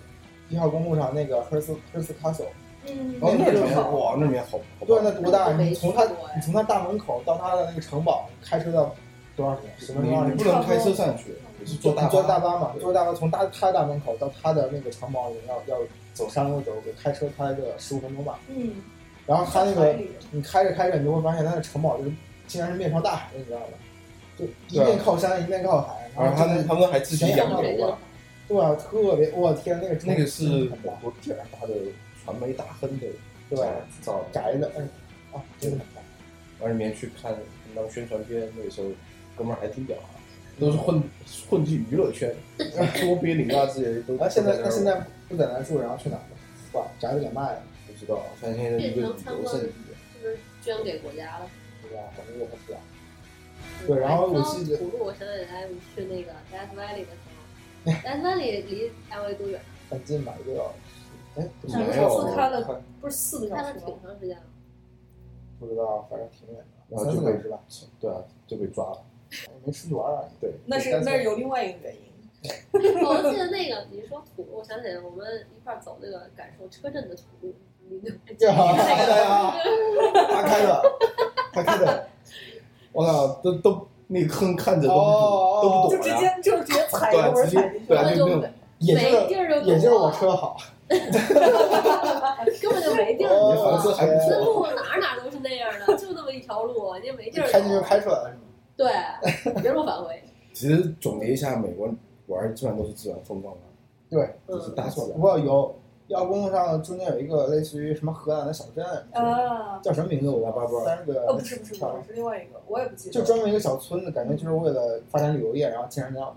S2: 一号公路上那个赫斯赫斯卡索，
S4: 嗯，
S1: 哦，那里
S2: 那
S1: 面
S2: 个好
S1: 哇，那里面好好
S2: 对，
S1: 棒
S2: 那多大？
S3: 没
S2: 你从
S3: 去
S2: 他
S3: 过呀
S2: 你从他大门口到他的那个城堡，开车要多长时间？十分钟、二
S1: 你
S2: 十
S1: 你
S2: 分
S1: 不
S2: 钟。
S1: 能开车上去，啊你是坐大巴
S2: 坐大巴嘛，
S1: 对
S2: 坐大巴从大他大门口到他的那个城堡里，要要走山路走，开车开个十五分钟吧。
S4: 嗯，
S2: 然后他那
S4: 海
S2: 个
S4: 里
S2: 你开着开着，你就会发现他的城堡就是竟然是面朝大海的，你知道吗？就一面靠山，一面靠海，
S1: 然啊后他们他们还自己养
S2: 那
S1: 牛啊，
S2: 对啊，特别我天，那个
S1: 那个是很
S2: 很大，
S1: 多地儿大的传媒大亨的
S2: 对吧？
S1: 造的，
S2: 窄的，嗯，啊，真的很大。
S1: 往里面去看那个宣传片，那个时候哥们儿还挺屌啊，都是混混进娱乐
S2: (laughs)
S1: 圈，卓别林啊之类的都。
S2: 然后现在
S1: 都
S2: 他现
S1: 那儿
S2: 在不在南树，然后去哪儿了？哇，宅子给卖了，
S1: 不知道，但现在一个旅游胜地。
S3: 是不是捐给国家了？
S2: 对吧？反正我不知道。对然后我记得
S3: 土路，我想起来我们去那个 Death Valley 的
S2: (laughs)
S3: 时候，Death Valley 离安徽多远？
S2: 很近吧，一个要，哎，不是
S1: 没有
S4: 上次开了不是四个
S3: 开
S4: 小
S3: 了
S4: 时吗
S3: 挺？长时间了。
S2: 不知道，反正挺远的，
S1: 然后
S2: 三
S1: 就
S2: 四
S1: 被
S2: 个是吧？
S1: 对啊，就被抓了。
S2: 我没出去玩啊而已。
S1: 对，
S4: 那是那是有另外一个原因。
S3: 哦我记得那个你说土路，我想起来我们一块儿走那个感受车震的土路，你
S2: (laughs)
S3: 就
S2: 这好
S1: 他开的呀，他开
S4: (laughs)
S1: 的，他开的，我操，都都那个坑看着都
S2: 哦
S1: 不
S4: 就
S1: 躲，都不
S4: 直
S1: 躲呀，
S4: 接就直接踩
S1: 对啊
S4: 油门
S1: 直接
S4: 踩进去
S1: 对啊，
S3: (laughs) 根
S4: 了，
S3: 本
S1: 就那种
S2: (laughs) 也就是
S3: 就没地儿就
S2: 也就是
S3: 躲
S2: 我车好，
S3: 根本就没地
S1: 你
S3: 儿
S2: 哦
S1: 的房
S3: 走
S1: 车。还不
S3: 那
S1: 错，
S3: 路哪儿哪儿都是那样的，就那么一条路，你也没地儿
S2: 开进就
S3: 走。
S2: 开出来了是吗？
S3: 对，原路返
S2: (laughs)
S3: 回。
S1: 其实总结一下，美国玩儿基本上都是自然风光嘛，
S2: 对，
S1: 就是
S3: 嗯，
S1: 大自
S2: 不
S1: 然。
S2: 过有要公路上中间有一个类似于什么河南的小镇，
S4: 啊，
S2: 叫什么名字我忘
S1: 巴布尔
S2: 了，三十
S4: 呃，
S2: 个
S4: 不是不是不是，是另外一个，我也不记得。
S2: 就专门一个小村子，感觉就是为了发展旅游业，然后建成那样的，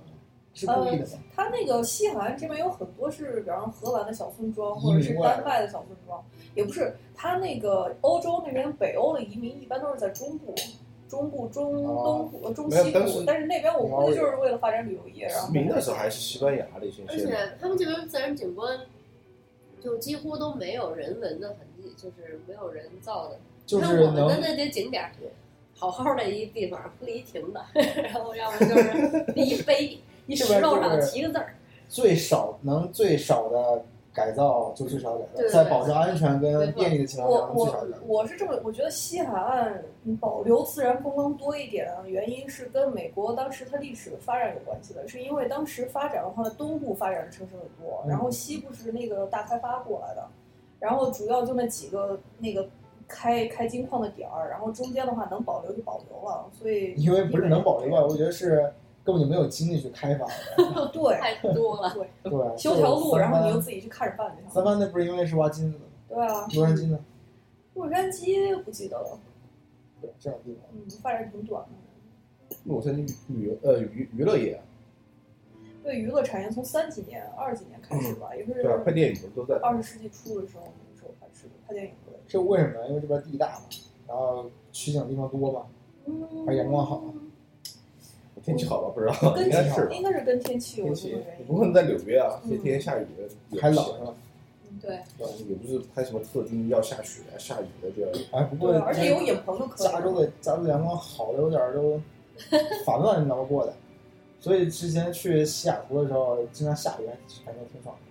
S2: 是故意的吗？
S4: 它那个西海岸这边有很多是，比方说荷兰的小村庄，或者是丹麦的小村庄，也不是。它那个欧洲那边北欧的移民一般都是在中部、中部、中东部、中
S1: 没
S4: 西
S1: 有当时
S4: 部，哦但是那边我估计就是为了发展旅游业，然后
S1: 殖民的时候还是西班牙的一些
S3: 而
S1: 些
S3: 且他们这边自然景观就几乎都没有人文的痕迹，就是没有人造的。
S2: 就
S3: 像
S2: 是
S3: 我们的
S2: 能
S3: 那些景点儿，好好的一地方，立一亭子， (laughs) 然后要不就是立一碑，一石头上骑个字儿，
S2: 最少能最少的改造就最少改
S3: 对对
S2: 造，
S3: 对
S2: 在保证安全跟便利的情
S4: 我
S2: 况下最少
S4: 我
S2: 改造。
S4: 我是这么，我觉得西海岸保留自然风光多一点啊，原因是跟美国当时它历史的发展有关系的，是因为当时发展的话，东部发展的城市很多，
S2: 嗯
S4: 然后西部是那个大开发过来的，然后主要就那几个那个开开金矿的点儿，然后中间的话能保留就保留了，所以
S2: 因为不是能保留啊吧，我觉得是根本就没有精力去开发的，
S4: (laughs) 对
S3: 太多了。
S2: (laughs) 对，
S4: 修条路，然后你就
S2: 就
S4: 自己去看着办就行
S2: 三
S4: 了。
S2: 番那不是因为是挖金子吗，
S4: 对啊，
S2: 洛杉矶呢，
S4: 洛杉矶不记得了，
S2: 对这种地方，
S4: 嗯，发展挺短的。
S1: 洛杉矶旅游呃娱娱乐业啊，
S4: 对娱乐产业从三几年、二几年开始吧，也是
S1: 对啊吧？拍电影的都在
S4: 二十世纪初的时候，那时候开始拍电影的。
S2: 这为什么？因为这边地大嘛，然后取景地方多嘛，
S4: 嗯，
S2: 还阳光好
S1: 天气好吧？不知道，
S4: 跟
S1: 应该是
S4: 天气
S1: 吧
S4: 应该是跟天气有
S1: 天
S4: 什
S1: 气
S4: 么原。
S1: 不
S4: 因？
S1: 过在纽约啊，这天天下雨，也
S2: 还
S1: 不
S2: 冷
S1: 行
S2: 是吧？
S3: 嗯对，
S1: 也不是拍什么特定要下雪啊、下雨的地儿，
S2: 哎，不过
S4: 对，而且有影棚就可以了。
S2: 加州的加州阳光好的有点儿
S4: (laughs)
S2: 都反乱挠过的，所以之前去西雅图的时候，经常下雨，感觉挺爽的。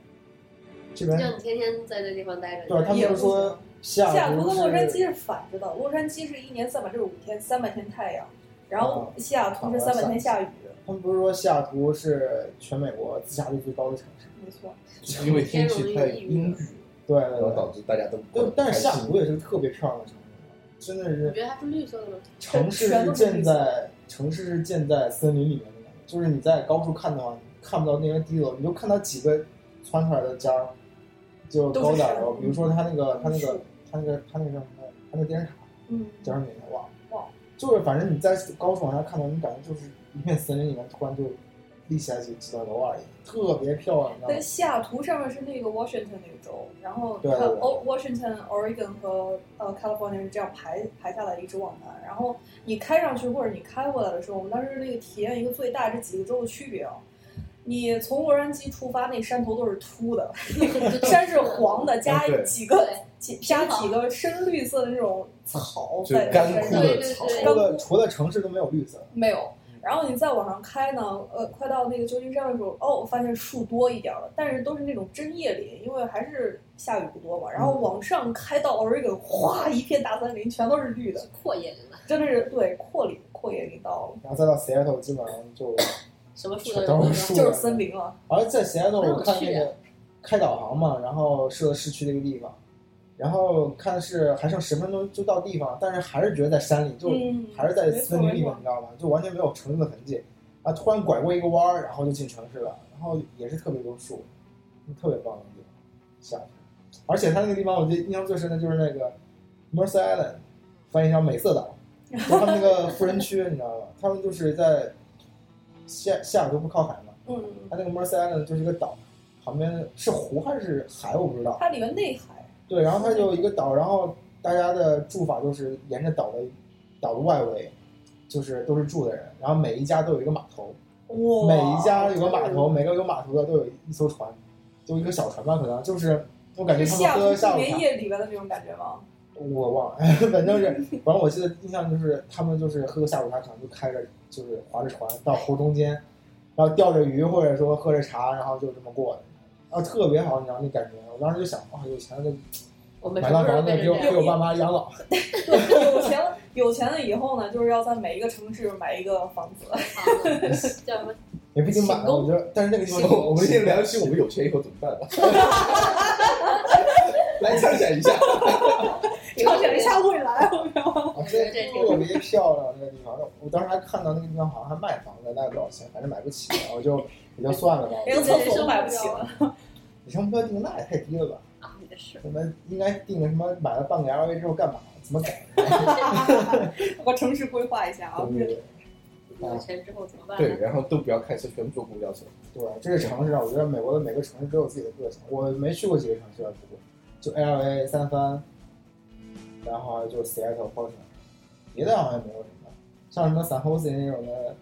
S2: 这
S3: 就
S2: 边
S3: 让你天天在这地方待着。
S2: 对他们
S4: 也
S2: 就
S4: 不
S2: 说
S4: 行
S2: 西
S4: 西雅
S2: 图
S4: 图跟
S2: 是
S4: 洛杉矶是反着的，洛杉矶是一年三百六十五天，三百天太阳，然后西雅图是三百天下雨，
S2: 他们不是说西雅图是全美国自杀率最高的城市？
S4: 没错。
S1: (laughs) 因为天气太阴郁，
S2: 对
S1: 然
S2: 对
S1: 后
S2: 对。
S1: 导致大家都不
S2: 但
S1: 会
S2: 嗯但
S1: 开
S2: 是西雅
S1: 心。
S2: 图也是个特别漂亮的城市，真的
S3: 你
S2: 是
S3: 觉得它是绿色的吗？
S2: 城市是建在城市是建在森林里面的感觉，就是你在高处看的话，你看不到那些低楼，你就看到几个窜出来的尖儿，就高点儿
S4: 都
S2: 楼，
S4: 是山嗯
S2: 比如说他那个他那
S4: 是
S2: 个他那个他那个什么，他那个电视塔
S4: 嗯，
S2: 叫什么名字忘了，
S4: 忘了
S2: 就是反正你在高处往下看到，你感觉就是一片森林里面突然就立起来几几道楼而已，特别漂亮，你知道吗
S4: 但？西雅图上面是那个 Washington 那个州，然后它
S2: 对对对
S4: O Washington、Oregon 和呃 California 是这样排排下来一直往南。然后你开上去或者你开过来的时候，我们当时那个体验一个最大这几个州的区别啊。你从洛杉矶出发，那山头都是
S1: (laughs)
S4: 秃的，
S2: (laughs)
S4: 山是黄的，加
S1: 嗯对
S4: 几个
S3: 对，
S4: 几加几个深绿色的那种草
S1: 啊就
S4: 在
S1: 干
S4: 山
S1: 枯
S4: 上
S1: 的
S3: 对对
S1: 草，
S3: 对
S2: 除了除了城市都没有绿色，
S4: 没有。
S2: 嗯
S4: 然后你再往上开呢，呃，快到那个旧金山的时候，哦，我发现树多一点了，但是都是那种针叶林，因为还是下雨不多
S2: 嗯
S4: 嘛。然后往上开到 Oregon，哗，一片大森林，全都是
S2: (laughs)
S4: 绿的，
S3: 阔叶林吧，
S4: 真的是对阔林阔叶林到了，
S2: 然后再到 Seattle 基本上就。
S3: 什么树都
S2: 全
S3: 有
S2: 都
S3: 吗
S2: 是树
S4: 就是森林了。
S2: 而在西安呢，
S3: 那
S2: 我
S3: 我
S2: 看
S3: 去
S2: 那个开导航嘛，然后设市区那个地方，然后看的是还剩十分钟就到地方，但是还是觉得在山里，就
S4: 嗯，
S2: 还是在森林里
S4: 没
S2: 面，
S4: 错
S2: 你知道吗？就完全没有城市的痕迹。啊，突然拐过一个弯儿，然后就进城市了，然后也是特别多树，特别棒的地方，夏天。而且它那个地方，我觉得印象最深的就是那个 Mercy Island，翻译成美色岛，就他们那
S4: (laughs)
S2: 个富人区，你知道吗？他们就是在西雅西雅图不靠海嘛，
S4: 没错嗯，
S2: 它那个 Mercy Island 就是一个岛，旁边是湖还是海我不知道。
S4: 它里面内海，
S2: 对，然后它就一个岛，然后大家的住法就是沿着岛的岛的外围，就是都是住的人，然后每一家都有一个码头，
S4: 哇，
S2: 每一家有个码头，，每个有码头的都有一艘船，就一个小船吧，可能就是我感觉
S4: 是
S2: 他
S4: 西雅
S2: 们喝
S4: 图睡
S2: 下午
S4: 眠
S2: 茶，
S4: 夜里面的那种感觉吗？
S2: 我忘了， (laughs) 反正是，反正我记得印象就是他们就是喝个下午茶，可能就开着就是划着船到湖中间，然后钓着鱼或者说喝着茶，然后就这么过的，然后特别好，你知道那感觉，我当时就想，哇，有钱了
S3: 我
S2: 就
S3: 们
S2: 买
S3: 什么
S2: 套
S3: 时候
S2: 房子
S3: 变
S2: 给我
S3: 成这
S2: 给
S3: 样？
S2: 我爸妈养老，
S4: 对，有钱了，有钱了以后呢，就是要在每一个城市买一个房
S2: (laughs)
S4: 子。
S3: 叫什么？
S2: 也不一定买
S3: 行
S2: 了，
S3: 宫
S2: 我觉得，但
S3: (laughs)
S2: 是那个地方
S3: 行
S1: (laughs)
S3: 宫
S1: 我们先聊一期我们有钱以后怎么办吧。 (laughs) 来畅想一下，
S4: 畅想一下未来，我靠！
S3: 哦
S2: 啊，真的特别漂亮那个地方，我当时还看到那个地方好像还卖房子，那也不少钱，反正买不起，我就也就算
S3: (laughs)
S2: 了吧。
S4: 连个厕所都买不起了。
S2: 你生活定那也太低了吧？
S3: 啊，你的事。
S2: 我们应该定个什么买了半个 LV 之后干嘛？怎么改？
S4: 把城市规划一下啊
S2: 对，对对，
S3: 有钱之后怎么办？
S1: 对，然后都不要开车，全部坐公交车。
S2: 对，这个城市啊，我觉得美国的每个城市都有自己的特色。我没去过几个城市啊，不过就 LA、三藩，然后就 Seattle、Portland，别的好像没有什么，像什么 San Jose 那种的，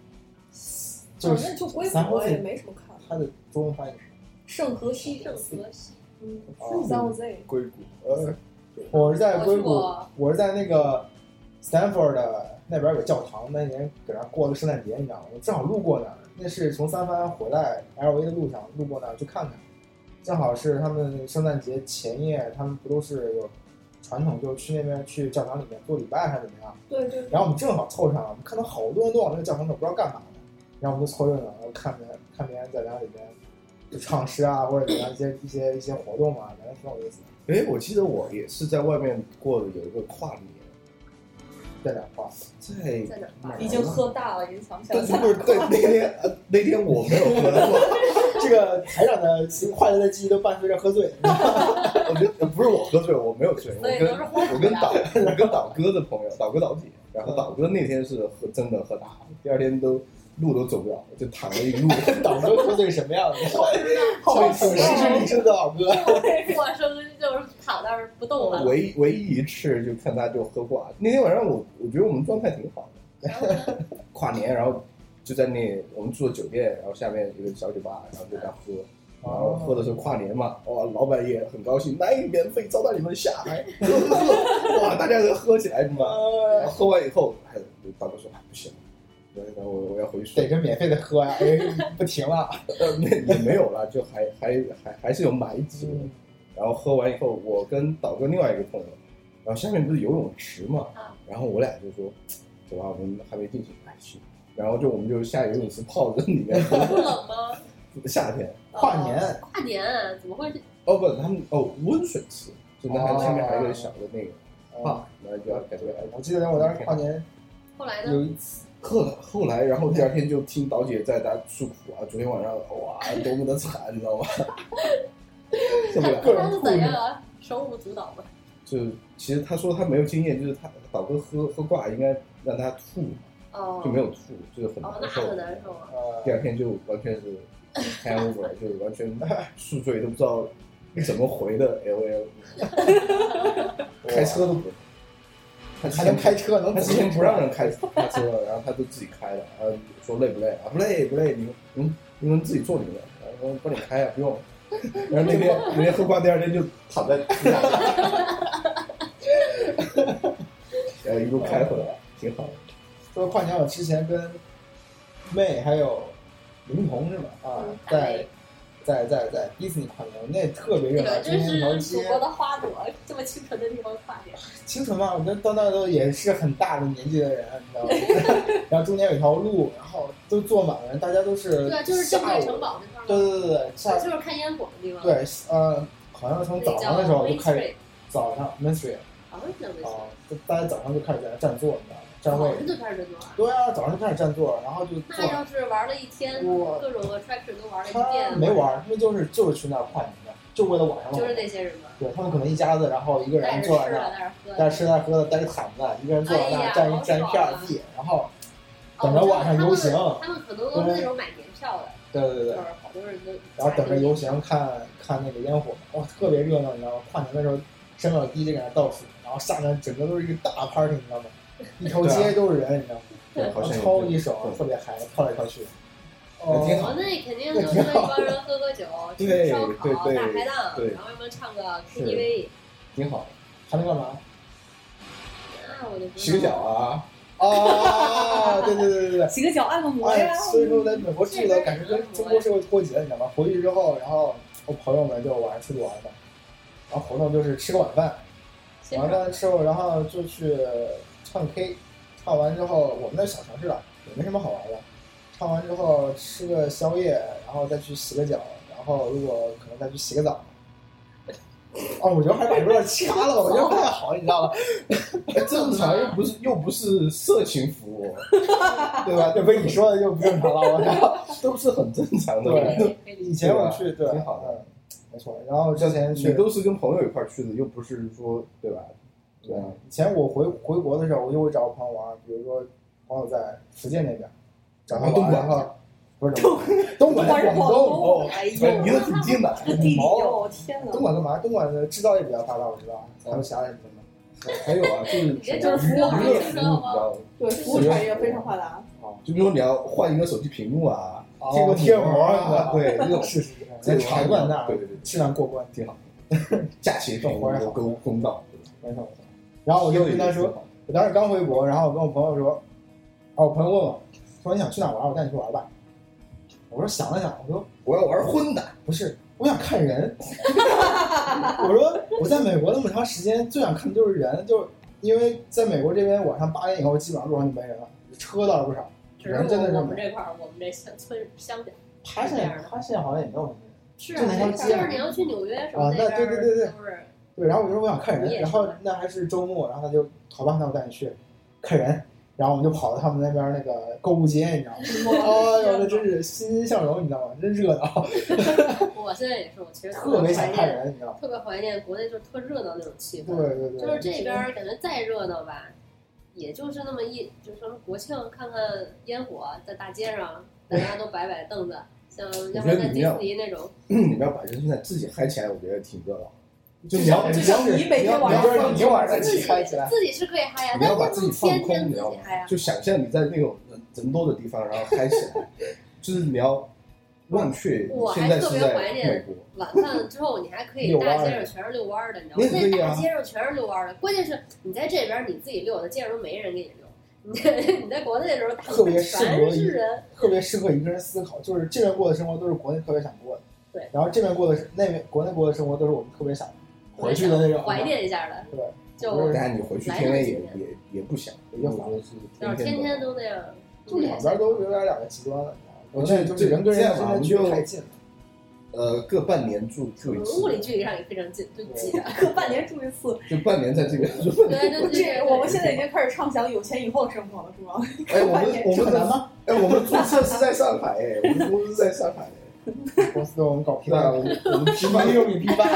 S2: 就
S4: 反
S2: 是
S4: 正哦就硅
S2: 三
S4: 谷
S2: 号
S4: 也
S2: 线
S4: 没什么看。
S2: 它的中文翻译是什么。
S4: 圣河西，
S3: 圣河西，
S4: 嗯
S2: 哦
S4: ，San Jose，
S1: 硅谷，呃，
S2: 我是在
S4: 我
S2: 硅
S4: 去
S2: 谷
S4: 过，
S2: 我是在那个 Stanford 的那边有个教堂，那年搁那儿过了圣诞节，你知道吗？我正好路过那儿，那是从三藩回来 LA 的路上路过那儿去看看，正好是他们圣诞节前夜，他们不都是有传统，就是去那边去教堂里面做礼拜还是怎么样？
S4: 对对
S2: 然
S4: 对，
S2: 后我们正好凑上了，我们看到好多人都往那个教堂走，不知道干嘛呢。然后我们就凑热闹，然后看别人看别人在那里边就唱诗啊，或者怎么样一些一些一些活动啊，感觉挺有意思的。
S1: 哎，我记得我也是在外面过的有一个跨年，
S2: 在哪儿画？
S1: 在
S3: 在哪儿办？
S4: 已经喝大了，已经想不起来
S1: 但是不是对那天呃那天我没有喝过，
S2: 这个台长的快乐的记忆都伴随着喝醉，
S1: 我觉得不是我喝醉，我没有醉，我
S3: 所以
S1: 跟
S3: 都是啊喝
S1: 我跟导我跟导哥的朋友，导哥导姐，然后导哥那天是喝真的喝大了，第二天都路都走不了，就躺了一
S3: (laughs)
S1: 路。
S2: 导哥喝醉是什么 (laughs) 样子？
S4: 好
S2: 这个
S4: 奇
S2: 是你
S4: 怪。
S2: 是导哥，
S3: (laughs) 过生日就是躺那儿不动了。
S1: 唯一唯一一次就看他就喝挂，那天晚上我我觉得我们状态挺好的，
S3: 然后呢
S1: 跨年然后就在那我们住的酒店，然后下面一个小酒吧，然后就在喝。然后喝的是跨年嘛，哇，老板也很高兴，来免费招待你们下来， (laughs) 哇，大家都喝起来嘛。
S2: 呃
S1: 然后喝完以后，哎，导哥说哎不行，我我我要回去睡
S2: 逮。着免费的喝呀、哎，不停了。
S1: 呃，那 (laughs) 也没有了，就
S2: 嗯
S1: 还还还还是有买几个。然后喝完以后，我跟导哥另外一个朋友，然后下面不是游泳池嘛
S3: 啊，
S1: 然后我俩就说，走啊吧，我们还没定下来去，然后就我们就下游泳池泡在里面，
S3: 不冷吗？哦
S1: 夏天
S2: 跨年
S3: 跨年啊怎么会？
S1: 哦不，他们哦温水池，就那还
S2: 哦
S1: 下面还有一个小的那个
S2: 啊，
S1: 啊，然后就要感觉
S2: 我记得我当时跨年
S3: 后来
S2: 有
S3: 呢？
S2: 一次，
S1: 后来后来，然后第二天就听导姐在那诉苦啊，昨天晚上哇多么的惨，你知道吗？受不
S3: 他
S1: 了。
S3: 他是怎样啊？手舞足蹈吗？
S1: 就其实他说他没有经验，就是他导哥喝喝挂应该让他吐，
S3: 哦
S1: 就没有吐，就是很
S3: 哦，
S1: 难
S3: 那
S1: 受。
S3: 很难受啊。
S2: 呃
S1: 第，二天就完全是 hangover，就是完全宿醉，都不知道怎么回的 L L，开车都不。他之
S2: 还
S1: 前
S2: 能开车，能
S1: 他之
S2: 走
S1: 前不让人开开车，然后他就自己开了，然后说累不累啊？不累不累，你们你们你们自己坐里面，然后帮你开啊，不用。 (laughs) 然后那天那天喝挂，第二天就躺在地上， (laughs) 然哎后一路开回来，挺好的。
S2: 说跨年，我之前跟妹还有林彤是吧？啊
S3: 嗯，
S2: 在在在在迪士尼跨年，那特别
S3: 你
S2: 热闹，
S3: 们
S2: 中
S3: 真
S2: 间一条
S3: 是祖
S2: 街
S3: 国的花朵，这么清纯的地方跨年。
S2: 清纯嘛，我觉得到那都也是很大的年纪的人，你知道吗？ (laughs) 然后中间有一条路，然后都坐满了人，大家都是
S3: 对啊，就是
S2: 下
S3: 珍贵
S2: 午
S3: 城堡那
S2: 对
S3: 块儿吗，
S2: 对对对，下
S3: 就是看烟火的地方。
S2: 对呃，好像是从
S3: 那
S2: 早
S3: 叫哦
S2: 上的时候就
S3: Main
S2: 开始，
S3: Street，
S2: 早上 m i n s t r e
S3: 好像是叫 Main
S2: 啊
S3: Street，
S2: 就大家早上就开始在那占座，你知道吗？占位
S3: 早，上就开始争夺啊。
S2: 对啊，早上就开始占座，然后就
S3: 那
S2: 坐，
S3: 要是玩了一天，
S2: 我
S3: 各种 attraction 都玩了一
S2: 他
S3: 遍，
S2: 没玩，他们就是就是去那儿跨年的，就为了晚上玩
S3: 就是那些人嘛，
S2: 对他们可能一家子，然后一个
S3: 带
S2: 人
S3: 着
S2: 坐在
S3: 吃
S2: 那儿
S3: 的，，带着喝的，
S2: 带着吃带喝的，带着毯子，一个人坐在那
S3: 哎
S2: 儿
S3: 呀
S2: 占
S3: 好
S2: 一占一
S3: 爽
S2: 片儿
S3: 啊
S2: 地，然后
S3: 哦
S2: 等着晚上游行。
S3: 我知道他们他们可能都是那种买年票的，
S2: 对对
S3: 就
S2: 对
S3: 是，好多人都
S2: 然后等
S1: 哎
S2: 着游行看看那个烟火，哇，特别热闹，你知道吗？跨年的时候，山老弟就给那倒数，然后下面整个都是一个大 party，你知道吗？一条街都是人，你知道吗？
S1: 对，啊好
S2: 然后
S1: 像
S2: 超
S1: 有
S2: 级爽，特别嗨，跳来跳去。
S1: 那挺
S2: 哦，
S1: 好
S3: 国内肯定就是那帮人喝喝酒、
S1: 对
S3: 吃烧
S1: 对
S3: 烤、
S1: 对
S3: 大排档，
S1: 对
S3: 然后要么唱个
S1: 是
S3: KTV，
S1: 挺好的，
S2: 还能干嘛？
S3: 那我就不
S1: 洗
S3: 知
S1: 个
S3: 道
S1: 脚
S3: 了。
S1: 啊，
S2: 啊，对对对对对。
S4: 洗个脚按个摩呀
S2: 哎，，所以说在美国住的感觉跟中国社会脱节，你知道吗？回去之后，然后我朋友们就晚上出去玩嘛，然后活动就是吃个晚饭，
S3: 先
S2: 完
S3: 生
S2: 了之后，然后就去唱 K，唱完之后，我们那小城市啊，也没什么好玩的。唱完之后吃个宵夜，然后再去洗个脚，然后如果可能再去洗个澡。哦，我觉得还是有点掐了，我觉得不太好，你知道吧？
S1: 哎正常又不是又不是色情服务，
S2: 对吧？这被你说的就不正常了，我操！
S1: 都是很正常的。
S2: 对 (laughs)
S3: 可以可以理
S2: 以
S3: 解
S2: 前我去，对，
S1: 挺好的
S2: 嗯，没错。然后之前去
S1: 你都是跟朋友一块儿去的，又不是说对啊吧？
S2: 对，以前我回回国的时候，我就会找我朋友玩，比如说朋友在福建那边，找他
S1: 啊东
S2: 玩，
S1: 莞
S2: 然后不是东莞，东莞
S4: 我是
S2: 广
S4: 广
S2: 东，
S4: 东，哎呦，
S1: 离得挺近的，
S4: 这个地理哟，我天哪
S2: 东！莞干嘛？东莞的制造业比较发达，我知道，还有其他什么的。
S1: 还有啊，就是
S3: 你这就是
S1: 娱乐
S3: 服务
S1: 娱乐
S3: 行业
S1: 服务，你知道吗？
S4: 对，服务产业非常发达。
S1: 就比如说你要换一个手机屏幕啊，
S2: 哦
S1: 贴个
S2: 贴
S1: 膜
S2: 膜啊
S1: 啊，对，这种
S2: 是啊是是，
S1: 这
S2: 咱
S1: 种
S2: 查一罐那
S1: 对
S2: 儿
S1: 对对，
S2: 质量过关，
S1: 挺好。假期
S2: 这
S1: 生活
S2: 活儿好
S1: 公公道，
S2: 没错。然后我就跟他说，我当时刚回国，然后我跟我朋友说，然后我朋友问我，说你想去哪玩？我带你去玩吧。我说想了想，我说
S1: 我要玩荤的，
S2: 不是，我想看人。我说我在美国那么长时间，最想看的就是人，就是因为在美国这边晚上八点以后，基本上路上就没人了，车倒是不少，
S3: 只是
S2: 人真的
S3: 我
S2: 是
S3: 我们
S2: 没。
S3: 这块儿，我们这乡村乡下
S2: 他现在他现在好像也没有什么人。
S3: 是
S2: 就那条
S3: 啊，就
S2: 街
S3: 是你要去纽约什么
S2: 啊那
S3: 边
S2: 对对
S3: 儿，
S2: 对对
S3: 都是
S2: 对，然后我就说我想看人，
S3: 夜
S2: 然
S3: 市
S2: 后那还是周末，然后他就好吧，那我带你去看人。然后我们就跑到他们那边那个购物街，你
S3: (laughs)
S2: 知道吗？哎呦，那真是欣欣向荣，你知道吗？真热闹，
S3: 我现在也是，我其实
S2: 特别想
S3: 怀
S2: 看
S3: 念，
S2: 人，你知道吗？
S3: 特别怀念国内就是特热闹那种气
S2: 对
S3: 氛，
S2: 对对，
S3: 就是这边儿感觉再热闹吧，也就是那么一，就是什么国庆看看烟火，在大街上大家都摆摆凳子，像要不然在迪士尼那种，
S1: 嗯你们要把人现在自己嗨起来，我觉得挺热闹。就你要
S4: 就像你每天晚上
S2: 你要
S4: 放
S2: 你晚上
S4: 空
S2: 自
S3: 自
S2: 己
S3: 己
S2: 嗨起来
S3: 自己是可以嗨呀，
S1: 你
S3: 但
S1: 要
S3: 是
S1: 把
S3: 不
S1: 自己
S3: 能
S1: 放
S3: 天
S1: 空，
S3: 天
S1: 你
S3: 自
S1: 知道
S3: 己
S1: 吗
S3: 嗨呀？。
S1: 就想象你在那种人人多的地方，然后嗨起来，就是你要忘却
S3: 我还
S1: 现在
S3: 特
S1: 是
S3: 别
S1: 在
S3: 怀念
S1: 美国。
S3: 晚饭之后，你还可以
S2: 遛弯
S3: 大
S2: 儿
S3: 街上全是遛弯儿的，你知道
S1: 那
S3: 吗？
S1: 也可
S3: 那
S1: 以啊
S3: 大街上全是遛弯儿的，关键是你在这边儿你自己遛的，街上都没人给你遛。你在你在国内的时候，大
S2: 特
S3: 街
S2: 别
S3: 上
S2: 适合
S3: 全
S2: 一
S3: 是人，
S2: 特别适合一个人思考，就是这边过的生活都是国内特别想过的，
S3: 对，
S2: 然后这边过的那边国内过的生活都是我们特别想回去的那种，
S3: 怀念一下的。
S2: 对，
S3: 就
S1: 但你回去天天也也也不想，
S2: 也就烦
S1: 我就是
S3: 要是
S1: 天
S3: 天
S1: 天
S3: 天
S1: 都
S3: 都那样，
S2: 就两边都有点两个极端了。
S1: 我
S2: 现在
S1: 这
S2: 就是人跟人
S1: 这
S2: 之
S1: 样吧
S2: 间的距离太近了，
S1: 呃各半年住
S3: 我
S1: 住一
S3: 们
S1: 次，
S3: 物理距离上也非常近，就近啊。
S4: 隔半年住一次。
S1: 就半年在这边住。
S2: (laughs)
S3: 对对
S4: 我
S3: 对
S4: 这
S3: 对，
S4: 我们现在已经开始畅想有钱以后的生活了，是吗？ (laughs)
S1: 哎，我们我
S2: 这
S1: 们
S2: 很难吗？
S1: 哎，我们注册是在上海哎，我们公司在上海
S2: (laughs)
S1: 哎，
S2: 公司对 (laughs) 我们搞批
S1: 对啊，
S2: 判，
S1: 我们我们批
S2: 批
S1: 发
S2: 判又比批判。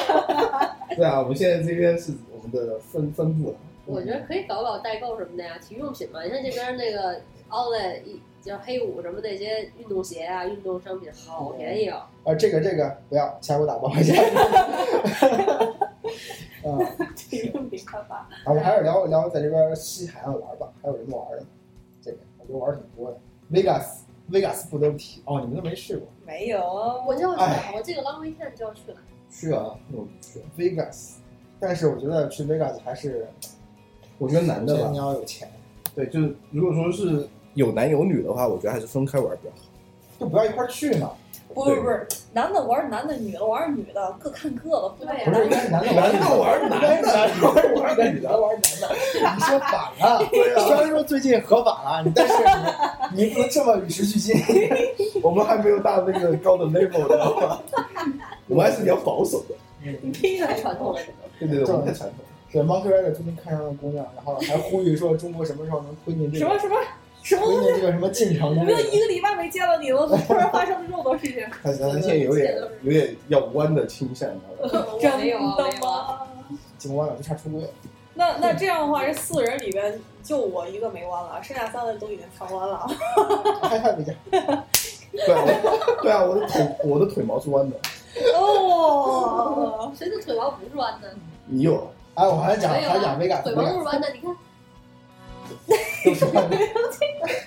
S1: (laughs) 对啊，我们现在这边是我们的分分部了。
S3: 我
S4: 嗯
S3: 觉得可以搞搞代购什么的呀，体育用品嘛。你看这边那
S4: (laughs)
S3: 个 Outlet 一叫黑五什么那些运动鞋啊、运动商品
S4: 哦
S3: 好便宜啊、
S2: 啊，这个这个不要，下给我打包一下。嗯，啊
S4: 这个没办法。
S2: 我们还是聊一聊在这边西海岸玩吧，还有什么玩的？这个我觉得玩挺多的。Vegas Vegas 不得不提哦，你们都没去过
S4: 没有啊，
S3: 我就要去
S2: 哎
S3: 了，我这个 long weekend 就要去了。
S1: 去啊，我们去。
S2: Vegas，但是我觉得去 Vegas 还是
S1: 我觉得男
S2: 首
S1: 的
S2: 先
S1: 吧
S2: 你，要有钱，
S1: 对，就是如果说是有男有女的话，我觉得还是分开玩比较好。
S2: 就不要一块儿去嘛。
S4: 不是不是，男的玩男的，女的玩女的，各看各的，不
S3: 对
S2: 不
S3: 呀
S2: 是，应该是男的玩
S1: 玩
S2: 男的，男的玩男的，女的玩男的，你说反了。
S1: 啊
S2: 虽然说最近合法了，你但是你不能这么与时俱进。
S1: (laughs) 我们还没有到那个高的 level，你知道
S2: (laughs)
S1: 吗？我们还是比较保守的，
S4: 必
S3: 太传统了，这都
S1: 对对对，我们太传统了。
S2: 对，Monkey Rider 最近看上了姑娘，然后还呼吁说中国什么时候能推进这
S4: 什
S2: 个
S4: 么什么什么
S2: 推
S4: 东西，
S2: 进这个什么进程
S4: 我
S2: 之
S4: 们
S2: 类
S4: 都
S2: 的。
S4: 一个礼拜没见到
S2: (laughs)
S4: 你了，怎么突然发生了这么多事
S3: (laughs)
S4: 情？
S1: 他他现在有点有点要弯的倾向，你知道吗？
S3: 我
S4: 真
S3: 没有啊，没
S4: 的
S3: 有啊。
S4: 吗？
S2: 警官了，就差出轨了。
S4: 那那这样的话，这四个人里边就我一个没弯了，剩下三个都已经藏弯
S3: (laughs)
S4: 了啊。
S2: 嗨嗨，回家。
S1: (laughs) 对啊，我对啊，我的腿我的腿毛是弯的，
S4: 哦，
S3: 谁的腿毛不是弯的？
S1: 你有啊？
S2: 哎，我还讲
S3: 没有
S2: 还讲 Vegas，
S3: 啊，腿毛都是弯的。你看，
S2: 都是弯的。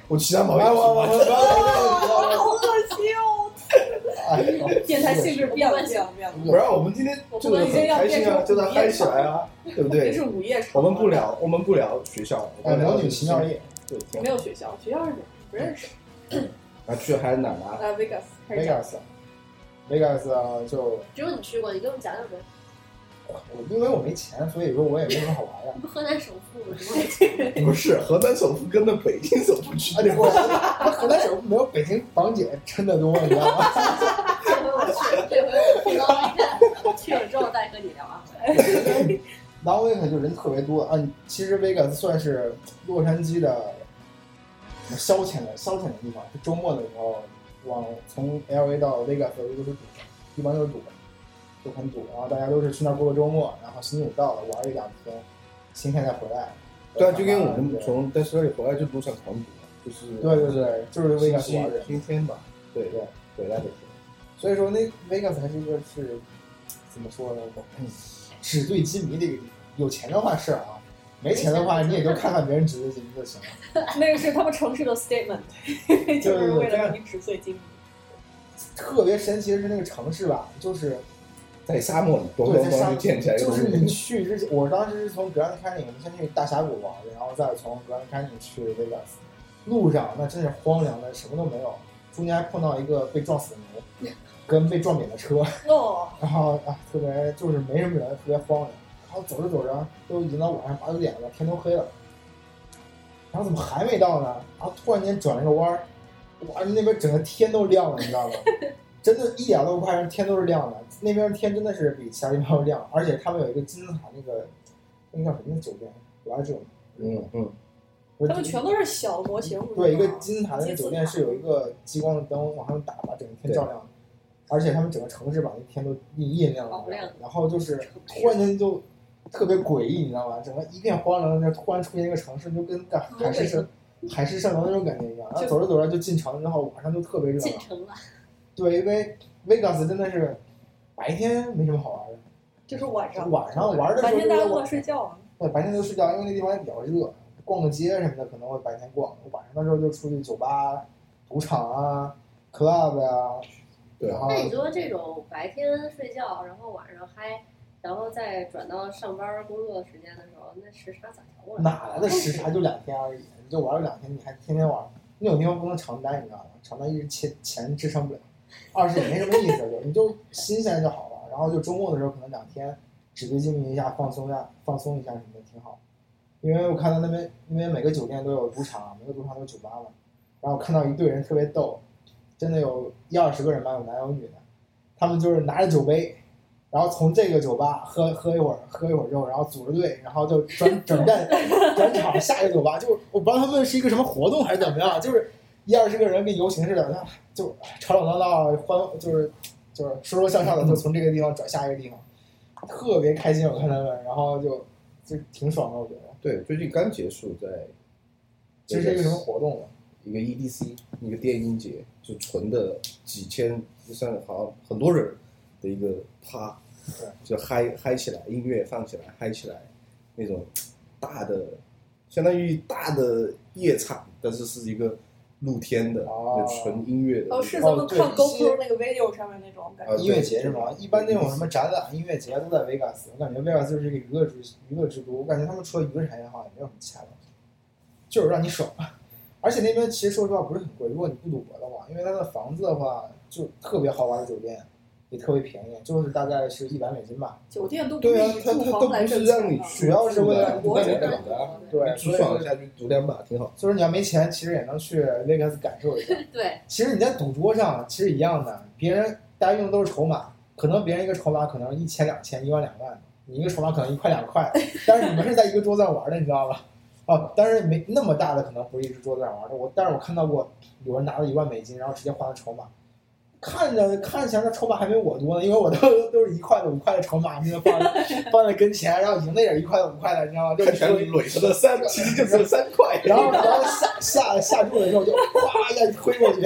S1: 我其他
S2: 我
S1: 毛也
S2: 我
S1: 是
S2: 我我
S1: 弯的。
S2: 我
S4: 好恶心哦！
S2: 哎，
S4: 电台性质变了，变了，变了。
S1: 不啊然我们今天就是很开心啊，就在嗨起来 (laughs) 啊，对不
S4: 这
S1: 对
S4: 是？午夜场，
S1: 我们不，聊，我们不聊学校，我
S2: 哎，
S1: 们
S2: 聊
S1: 聊
S2: 女奇妙
S1: 夜。
S2: 夜
S1: 对，挺好
S4: 没有学校，学校是不认识。
S1: 啊，去还是哪儿啊？
S4: 呃，Vegas 开始讲，
S2: ，Vegas，Vegas 啊就
S3: 只有你去过，你给我们讲讲呗。
S2: 我因为我没钱，所以说我也没什么好玩的。
S3: 你不河南首富吗？
S4: (laughs)
S3: 什么
S1: 不是，河南首富跟那北京首富区
S2: 啊，
S1: 别
S2: 对，我我河南省没有北京房姐撑得多，你知道吗？
S3: 这回我去了，这回我去了，去
S4: (laughs)
S3: 了之后再和你聊啊。
S2: (laughs) 然后那个就人特别多啊。其实 Vegas 算是洛杉矶的消遣的消遣的地方，就周末的时候往从 LA 到 Vegas 的路都是堵，一般都是堵的，都很堵。然后大家都是去那儿过个周末，然后星期五到了玩一两天，星期天再回来。
S1: 对啊，就跟我们从在学校里回来就路上狂赌，就是
S2: 对对对，就是
S1: 星
S2: Vegas 玩
S1: 期
S2: 的。
S1: 星期天吧，对对，回来的时候，
S2: 所以说那 Vegas 还是一个是怎么说呢？我纸醉金迷的一个地方。有钱的话是啊，没钱的话你也就看看别人纸醉金迷就行了。
S4: 那个是他们城市的 statement，就是为了让你纸醉金迷。
S2: 特别神奇的是那个城市吧，就是
S1: 在沙漠里咣
S2: 对
S1: 咣
S2: 在沙
S1: 咣就建起来一个
S2: 就
S1: 东
S2: 是你
S1: 西，
S2: 去之前，我当时是从 Grand Canyon，我们先去大峡谷玩，然后再从 Grand Canyon 去 Vegas。路上那真是荒凉的，什么都没有，中间还碰到一个被撞死的牛，跟被撞扁的车，
S4: 哦，
S2: 然后啊，特别就是没什么人，特别荒凉。然后走着走着，都已经到晚上八九点了，天都黑了。然后怎么还没到呢？然后突然间转了个弯儿，哇，那边整个天都亮了，你知道吗？真的，一点都不夸张，天都是亮的。那边天真的是比其他地方要亮，而且他们有一个金字塔，那个那个叫什么酒店，我来这种，
S1: 嗯嗯，
S4: 他们全都是小模型，
S2: 对，一个金字塔那个酒店是有一个激光的灯往上打，把整个天照亮的，而且他们整个城市把那天都一夜亮
S3: 好亮
S2: 了，然后就是突然间就特别诡异，你知道吧？整个一片荒凉，那突然出现一个城市，就跟干海市蜃海市蜃楼那种感觉一样。然后
S4: 就
S2: 走着走着就进城，然后晚上就特别热
S3: 进
S2: 闹。
S3: 城了，
S2: 对，因为 Vegas 真的是白天没什么好玩的，
S4: 就是晚上，
S2: 晚上玩的时候
S4: 白天大家
S2: 就
S4: 都
S2: 晚
S4: 在睡觉啊。
S2: 对，白天就睡觉，因为那地方也比较热，逛个街什么的可能会白天逛，晚上的时候就出去酒吧、赌场啊、club 啊，
S1: 对
S2: 然后
S3: 那你说这种白天睡觉，然后晚上嗨，然后再转到上班工作时间的时候，那时差咋调过来？
S2: 哪来的时差就两天而已，你就玩了两天，你还天天玩，那种地方不能常待，你知道吗？常待一是钱钱支撑不了，二是也没什么意思，就你就新鲜就好了。然后就周末的时候可能两天纸醉金迷一下，放松一下，放松一下什么的，挺好。因为我看到那边，因为每个酒店都有赌场，每个赌场都有酒吧嘛。然后我看到一队人特别逗，真的有一二十个人吧，有男有女的，他们就是拿着酒杯，然后从这个酒吧喝喝一会儿，喝一会儿之后，然后组着队，然后就转转站转场下一个酒吧，就是我不知道他们是一个什么活动还是怎么样，就是一二十个人跟游行似的，那就吵吵闹闹，欢就是就是说说笑笑的，就从这个地方转下一个地方，特别开心，我看他们，然后就就挺爽的，我觉得。
S1: 对，最近刚结束在，
S2: 这是一个什么活动啊？
S1: 一个 EDC，一个电音节，就纯的几千，就算好像很多人的一个趴
S2: 对，
S1: 就嗨嗨起来，音乐放起来，嗨起来，那种大的，相当于大的夜场，但是是一个露天的，
S2: 哦
S1: 就纯音乐的。
S4: 哦，是咱们看
S2: 哦对
S4: GoPro 那个 video 上面那种感觉。
S1: 啊
S2: 音乐节是吗？一般那种什么展览、音乐节都在维加斯，我感觉维加斯是一个娱乐之娱乐之都。我感觉他们除了娱乐产业好像也没有什么其他的，就是让你爽。啊而且那边其实说实话不是很贵，如果你不赌博的话，因为它的房子的话就特别豪华的酒店，也特别便宜，就是大概是一百美金吧。
S4: 酒店都不是
S1: 对啊
S4: 以，
S1: 他
S4: 住
S1: 他
S4: 房
S1: 都不
S4: 来
S1: 是
S4: 挣
S1: 让
S4: 钱
S1: 你
S4: 哦的。
S1: 去，
S2: 主要是为了
S1: 让你住在那里
S3: 的
S1: 的，
S2: 对，
S1: 你
S2: 所以
S1: 爽一下去赌两把挺好。
S2: 就是你要没钱，其实也能去维加斯感受一下。
S3: (laughs) 对，
S2: 其实你在赌桌上其实一样的，别人大家用的都是筹码，可能别人一个筹码可能一千、两千、一万、两万，你一个筹码可能一块两
S4: (laughs)
S2: 块，但是你们是在一个桌子上玩的，你知道吧？哦，当然没那么大的可能不是一个桌子上玩的，我但是我看到过有人拿了一万美金，然后直接换了筹码，看着看起来那筹码还没我多呢，因为我都 (laughs) 都是一块的、五块的筹码，现在放在放在跟前，然后赢的也是一块的、五块的，你知道吗？
S4: (laughs)
S2: 就
S1: 看起来
S2: 就
S1: 你累积了三，其实就只有三块。
S2: 然后然后下下下注的时候就哗一下推过去，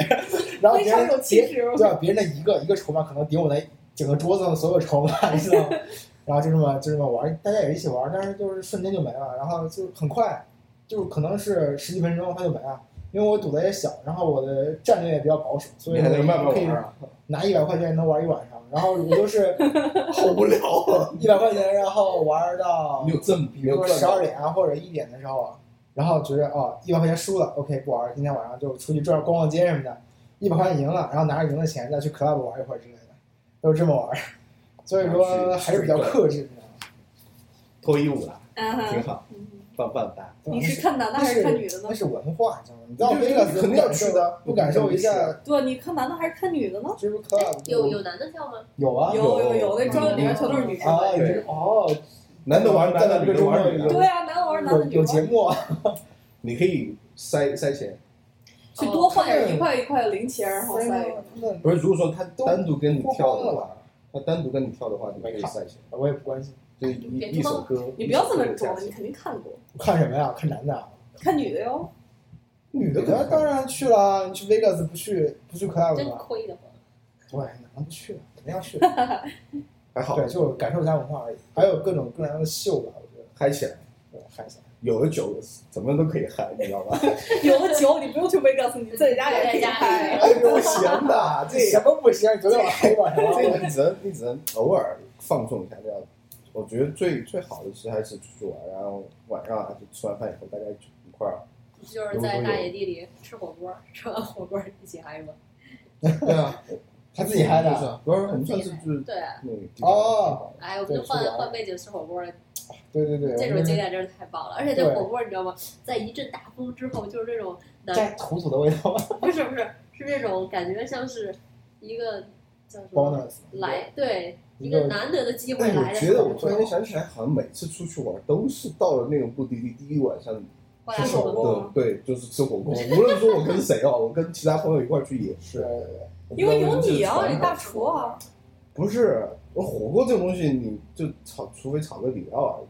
S2: 然后
S4: 非
S2: 别
S4: 常
S2: 人
S4: 有
S2: 别
S4: 气质。
S2: 对啊，别人的一个一个筹码可能顶我的整个桌子上的所有筹码，你知道吗？ (laughs) 然后就这么就这么玩，大家也一起玩，但是就是瞬间就没了，然后就很快，就可能是十几分钟它就没了。因为我赌的也小，然后我的战略也比较保守，所以
S1: 你还能慢慢
S2: 可以
S1: 玩啊，
S2: 拿一百块钱能玩一晚上。然后我都是 (laughs)
S1: 好无聊啊！
S2: 一百块钱，然后玩到
S1: 你有挣，
S2: 比
S1: 你有
S2: 如说
S1: 赚
S2: 十
S1: 到
S2: 二点啊或者一点的时候啊，然后觉得哦一百块钱输了，OK 不玩儿，今天晚上就出去转逛逛街什么的，一百块钱赢了，然后拿着赢的钱再去 club 玩一会儿之类的，都是这么玩儿，所以说还是比较克制的。
S1: 脱衣舞啦，
S4: 嗯
S1: 挺
S4: 哼，
S1: 好，
S4: 嗯
S1: 棒棒哒。
S4: 你是看男的
S2: 那
S4: 还
S2: 是
S4: 是看女的
S2: 那
S4: 呢？
S2: 是文化，你知道吗？你到
S1: 对
S2: v
S1: 对
S2: e g
S1: 对
S2: a
S1: 肯定要去的
S2: 不感受一下
S4: 对，你看男的还是看女的呢？
S2: 就是 club
S1: 嗯
S3: 有有男的跳吗？
S2: 有啊
S4: 有有
S1: 有
S4: 那庄里面全都是女生
S2: 啊
S4: 的。
S1: 对
S2: 哦
S1: 男的玩男的，女的玩女的，
S4: 对啊，男的玩男
S2: 有
S4: 的，女
S2: 有
S4: 的
S2: 节
S4: 玩
S2: 目啊，
S1: 你可以塞塞钱。
S4: 去多换
S2: 哦
S4: 点一块一块的零钱，然后再。
S2: 那
S1: 不是，如果说他单独跟你跳的
S2: 脱光
S1: 话，他单独跟你跳的话，你可以塞钱，
S2: 我也不关心，
S1: 就一一首歌。
S4: 你不要这么装
S1: 一首歌的价
S4: 了，你
S1: 钱
S4: 肯定看过，
S2: 看什么呀？看男的啊。
S4: 看女的哟。
S2: 女的当然去了，你去 Vegas 不去不去 club
S3: 真
S2: 吗？
S3: 亏的慌。
S2: 对，哪能不去啊？肯定要去。
S1: 还好
S2: 对，就感受一下文化而已，还有各种各样的秀吧，我觉得
S1: 嗨起来，
S2: 对，看一下。
S1: 有的酒怎么都可以嗨，你知道吧？
S4: 有的酒你不用去 Vegas，你在家也可以
S3: 在
S4: 拍。
S1: 哎，不行的，
S2: 这
S1: 这
S2: 什么不行？昨天晚上晚上
S1: 这个你只能你只能偶尔放纵一下这样。我觉得最最好的其实还是出去玩，然后晚上啊，就吃完饭以后大家一块儿，
S3: 就是在大野地里吃火锅，吃完火锅一起嗨吗？
S2: 对啊，他自己嗨的啊，
S1: 不是我们上次就是
S3: 对啊，
S1: 那个地方
S2: 哦，
S3: 哎，我们就
S2: 对是
S3: 换
S2: 吧
S3: 换杯酒吃火锅，
S2: 对对对，
S3: 这
S1: 嗯
S3: 种
S2: 我
S3: 经
S2: 们
S3: 验真是太棒了。而且这
S2: 对
S3: 火锅你知道吗？在一阵大风之后，就是这种
S2: 带
S3: 南，
S2: 土土的味道吧
S3: 不是不是，是那种感觉像是一个叫什么
S2: ，bonus
S3: 来对一
S2: 一
S3: 个
S2: 个
S3: 难得的机会
S1: 哎，
S3: 来
S1: 我
S3: 的
S1: 觉
S3: 时
S1: 得
S3: 候，
S1: 我突然间想起来，好像每次出去玩都是到了那种目的地第一晚上
S3: 过来
S1: 吃
S3: 火
S1: 火
S3: 锅，
S1: 锅，对，就是吃火锅。无论说我跟谁哦，我跟其他朋友一块儿去也
S2: 对
S1: 是，
S2: 对对，
S4: (laughs) 因为有你
S1: 我
S4: 啊，
S1: 们
S4: 你大厨啊，
S1: 不是火锅这种东西，你就炒，除非炒个底料而已。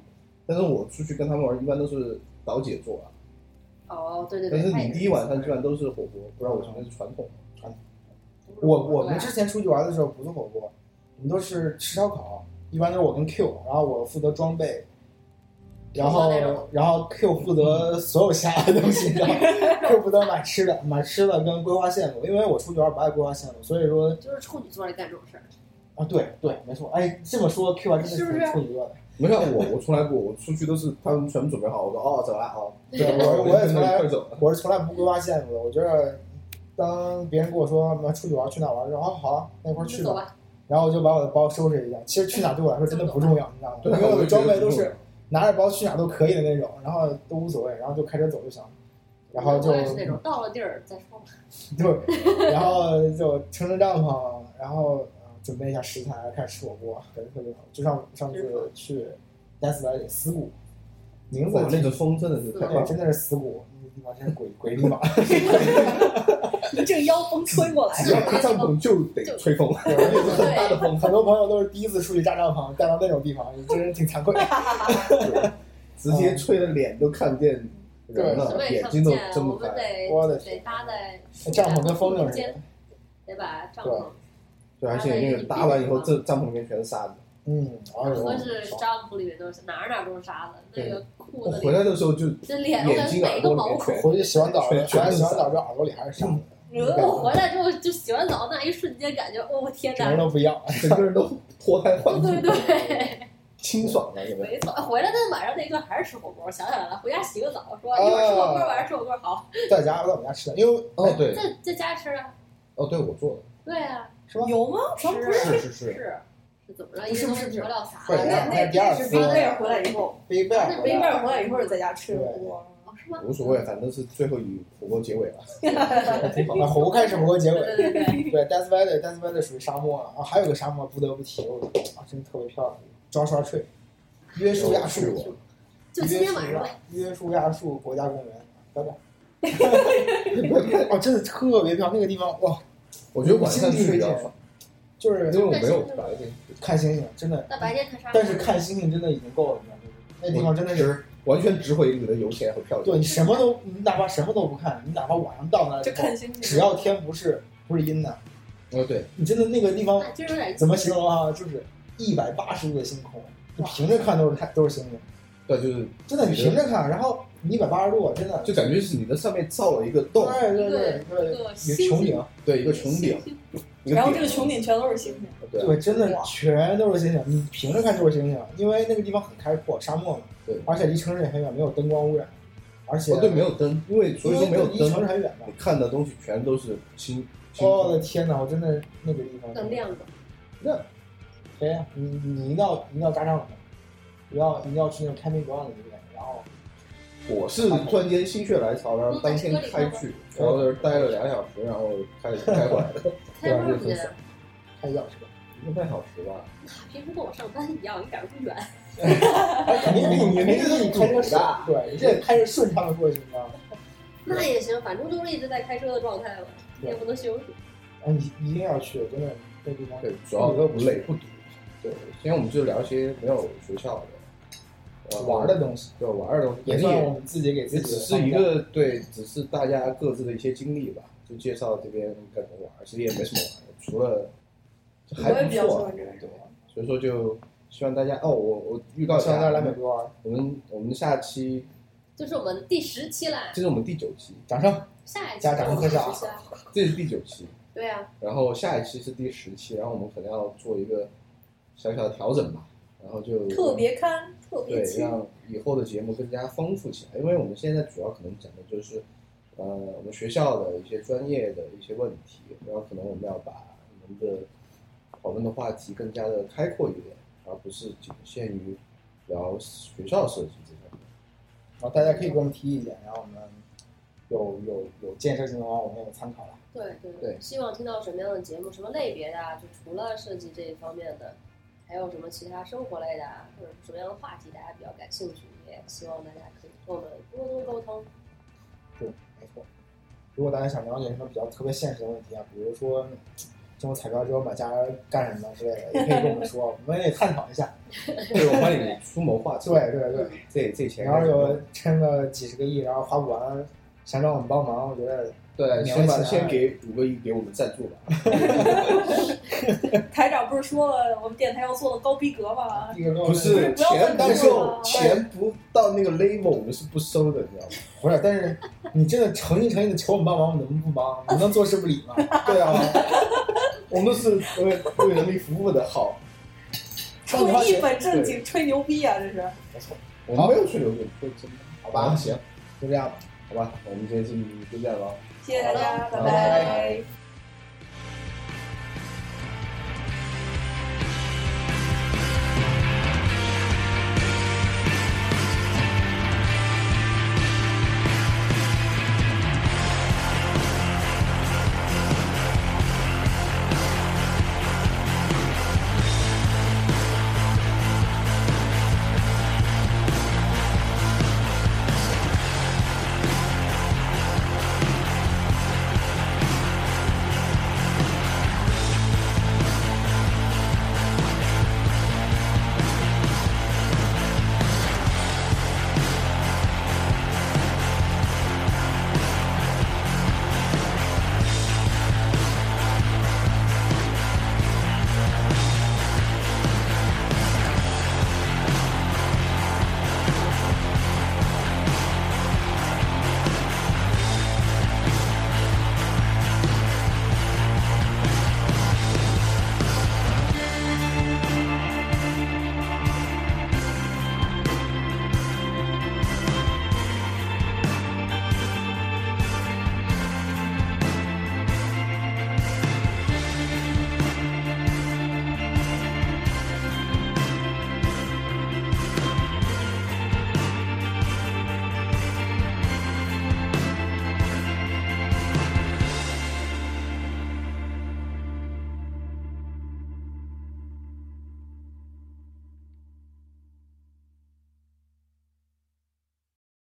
S1: 但是我出去跟他们玩，一般都是导姐做啊。
S3: 哦，对对
S1: 但
S3: 对，
S1: 是
S3: 他也
S1: 你第一晚上基本上都是火锅，不然我觉得是传统。
S2: 我我们之前出去玩的时候不是火锅，我们都是吃烧烤，一般都是我跟 Q，然后我负责装备，然后
S3: 负责那种
S2: 然后 Q 负责所有其他的东西，你知道吗？Q 负责买吃的，买吃的跟规划线路，因为我出去玩不爱规划线路，所以说
S3: 就是处女座来干这种事儿，
S2: 啊，对对，没错，哎，这么说 Q 还真的
S4: 是不是
S2: 处女座的，
S1: 没像我， (laughs) 我从来不，我出去都是他们全部准备好，我说哦，走啦，哦，
S2: 对我哎我也从来
S1: 快走了。
S2: 我是从来不规划线路的，我觉得当别人跟我说妈出去玩去哪玩的时候，哦好啊，那一块儿
S3: 你
S2: 去
S3: 走
S2: 吧，
S3: 吧，
S2: 然后我就把我的包收拾一下。其实去哪对我来说真的不重要，你知道吗？
S1: 对
S2: 因为我
S1: 我
S2: 的
S1: 就觉
S2: 装
S1: 得
S2: 备都
S1: 不重
S2: 是
S1: 要
S2: 拿着包去哪都可以的那种，然后都无所谓，然后就开车走就行了。然后就
S3: 我也是那种到了地儿再说吧。
S2: 对，然后就撑着帐篷，然后呃准备一下食材，开始吃火锅，感觉特别好。就像上次去亚斯来死谷，名字
S1: 哇，那个风真的是太
S2: 对，
S1: 棒了。
S2: 真的是死谷，那个地方真是鬼鬼地方。
S4: 一阵妖风吹过来，
S1: 只要搭帐篷就得吹风，而且是很大 (laughs) 的风，
S2: 很多朋友都是第一次出去扎帐篷，带到那种地方，也真是挺惭愧。
S1: 直接吹的脸都看不见人
S2: 对
S3: 什
S1: 了
S3: 么，也
S1: 眼
S3: 看
S1: 睛
S3: 不
S1: 都
S3: 见，
S1: 睁
S3: 我
S1: 不
S3: 们
S1: 开。
S2: 我
S3: 得
S2: 的
S3: 得搭在
S2: 帐篷跟风筝似
S3: 中
S2: 的
S3: 间，，得把帐篷
S1: 对，而且那个搭完以后，这帐篷里面全是沙子。
S2: 嗯，哎呦，
S3: 合适帐篷里面都是哪儿哪儿都是沙子，那个裤
S1: 我
S3: 子
S1: 哦回
S3: 里
S1: 来的啊时候就
S3: 这脸我感觉每个毛孔。
S2: 回去洗完澡，
S1: 全
S2: 全洗完澡之后耳朵里还是沙子，
S3: 我回来之后就洗完澡那一瞬间感觉，哦我天
S2: 什么
S3: 哪！
S2: 都不要。
S1: 整个人都脱胎换
S3: 对
S1: 骨，
S3: 对
S1: 清爽了，有
S3: 对，
S1: 没有？
S3: 没错。回来的晚上那顿还是吃火锅，我想起来了，回家洗个澡，说一会儿吃火锅，晚上吃火锅好。
S2: 在家在我们家吃的，因为
S1: 哦，啊对，
S3: 在在家吃啊，
S1: 哦，对我做的，
S3: 对啊，
S4: 有吗？咱们不是
S1: 是是是，
S3: 是是怎么着？一个东西调料撒
S2: 对
S3: 了，
S4: 那那那是冰贝尔回来以后，
S2: 背背
S3: 那
S4: 冰
S2: 背
S4: 贝尔回来以后是在家吃火锅。
S3: 哦是吗？
S1: 无所谓，反正是最后以火锅结尾了，挺好
S2: 啊，。火锅开始，火锅结尾。
S3: 对对
S2: (laughs)
S3: 对。
S2: 对，Death Valley，Death Valley 属于沙漠啊，啊还有个沙漠不得不提，我啊，真的特别漂亮，抓刷翠，约束亚
S1: 有
S2: 树
S1: 去过，
S3: 就今天晚上吧，
S2: 约束亚树国家公园，拜拜。哦，真的特别漂亮，那个地方哇，
S1: 我觉得晚上去比啊较爽，
S2: 就是
S1: 因为我没有白天。
S2: 看星星，真的，
S3: 那白天看沙漠。
S2: 但是看星星真的已经够了，你知道吗？那地方真的是，
S1: 是完全值回你的油钱和票
S2: 对
S1: 价。
S2: 你什么都，你哪怕什么都不看，你哪怕晚上到那
S4: 就
S2: 里，
S4: 看心情，
S2: 只要天不是不是阴的，
S1: 哦，对，
S2: 你真的那个地方
S3: 那今儿有点
S2: 怎么形容啊？就是一百八十度的星空，你平着看都是太都是星星，
S1: 对，就是
S2: 真的你平着看，然后你一百八十度，真的
S1: 就感觉是你的上面造了一个洞，
S2: 对对对
S3: 一
S2: 对，
S3: 个
S2: 有
S3: 星
S2: 穹
S3: 星，
S2: 顶，
S1: 对，一个穹顶，一
S4: 然后这
S1: 顶
S4: 个穹顶全都是星星，
S1: 对啊
S2: 对，真的
S4: 哇
S2: 全都是星星，你平着看都是星星，因为那个地方很开阔，沙漠嘛，
S1: 对
S2: 而且离城市也很远，没有灯光污染，而且
S1: 哦对，没有灯，因为所以说没有
S2: 因为离城市
S1: 灯，
S2: 很远嘛
S1: 你。看的东西全都是清清
S2: 哦我的天哪！我真的那个地方
S3: 更亮着。
S1: 那
S2: 谁呀？你你一定要一定要扎帐篷，不要一定要去那种开明广场的地方，然后
S1: 我是突然间心血来潮，然后当天开去，然后在这儿待了两小时，然后开开回来的，
S3: 开多少时间？
S2: 开一小时吧。
S1: 一个半小时吧。
S3: 平时跟我上班一样，你赶不远。
S2: 哎，肯定比你肯定比你开车
S1: 堵的
S2: 傻，对，你这开车顺畅的过去，你知道吗？
S3: 那也行，反正都是一直在开车的状态嘛，你也不能休息。
S2: 哎，你一定要去，真的那地方。
S1: 对，主要都不累不堵。对，今天我们就聊一些没有学校的
S2: 玩的，东西，
S1: 对玩儿的东西，
S2: 也
S1: 也
S2: 算
S1: 也
S2: 我们自己给自
S1: 也
S2: 己
S1: 只
S2: 的
S1: 是
S2: 放
S1: 一
S2: 假
S1: 个对，只是大家各自的一些经历吧，就介绍这边该怎么玩儿，其实也没什么玩儿的，除了还
S4: 我也
S1: 不
S4: 比较喜
S1: 错，
S4: 欢这个。
S1: 对，所以说就希望大家哦，我我预告一
S2: 希望大
S1: 下，
S2: 家来美国玩。
S1: 我们我们下期
S3: 就是我们第十期啦，
S1: 这是我们第九期，
S2: 掌声，
S3: 下一期
S2: 家长
S3: 就是
S2: 喝啥
S3: 第十期啦
S1: 这是第九期，
S3: 对啊，
S1: 然后下一期是第十期，然后我们可能要做一个小小的调整吧，然后就
S4: 特别刊，特别
S1: 对，
S4: 期，
S1: 让以后的节目更加丰富起来。因为我们现在主要可能讲的就是，呃，我们学校的一些专业的一些问题，然后可能我们要把我们的讨论的话题更加的开阔一点，而不是仅限于聊学校设计这方面。
S2: 然后大家可以给我们提意见，然后我们有有有建设性的话，我们也参考了。
S3: 对对
S1: 对
S3: 希望听到什么样的节目，什么类别的啊？就除了设计这一方面的，还有什么其他生活类的啊，或者是什么样的话题大家比较感兴趣，也希望大家可以跟我们多多沟通。
S2: 没错，如果大家想了解什么比较特别现实的问题啊，比如说中彩票之后买家干什么之类的，也可以跟我们说，我们也探讨一下。
S1: 对，我帮你出谋划策。
S2: 对对对，
S1: 这这钱
S2: 你要是有趁个几十个亿，然后花不完，想找我们帮忙，我觉得
S1: 对，
S2: 你要
S1: 先把
S2: 想
S1: 先给五个亿给我们赞助吧。
S4: 台长不是说了我们电台要做的高逼格吗？
S2: 一个跟我
S1: 不是
S4: 不要
S1: 钱
S4: 赞
S1: 不
S4: 助
S1: 够，
S4: 了
S1: 钱不到那个 level，我们是不收的，你知道吗？
S2: 不是，但是你真的诚心诚意的求我们帮忙，我们能不帮？你能坐视不理吗？
S1: 对啊，我们都是为为人民服务的，好，
S2: 帮你花
S4: 吹一
S2: 钱
S4: 本正经吹牛逼啊，这是。
S1: 我们没有吹牛逼，就真的，好
S2: 吧
S1: 行，
S2: 就这样吧。
S1: 好吧，我们今天就就这样了。
S4: 谢谢大家，
S1: 好的拜
S4: 拜拜
S1: 拜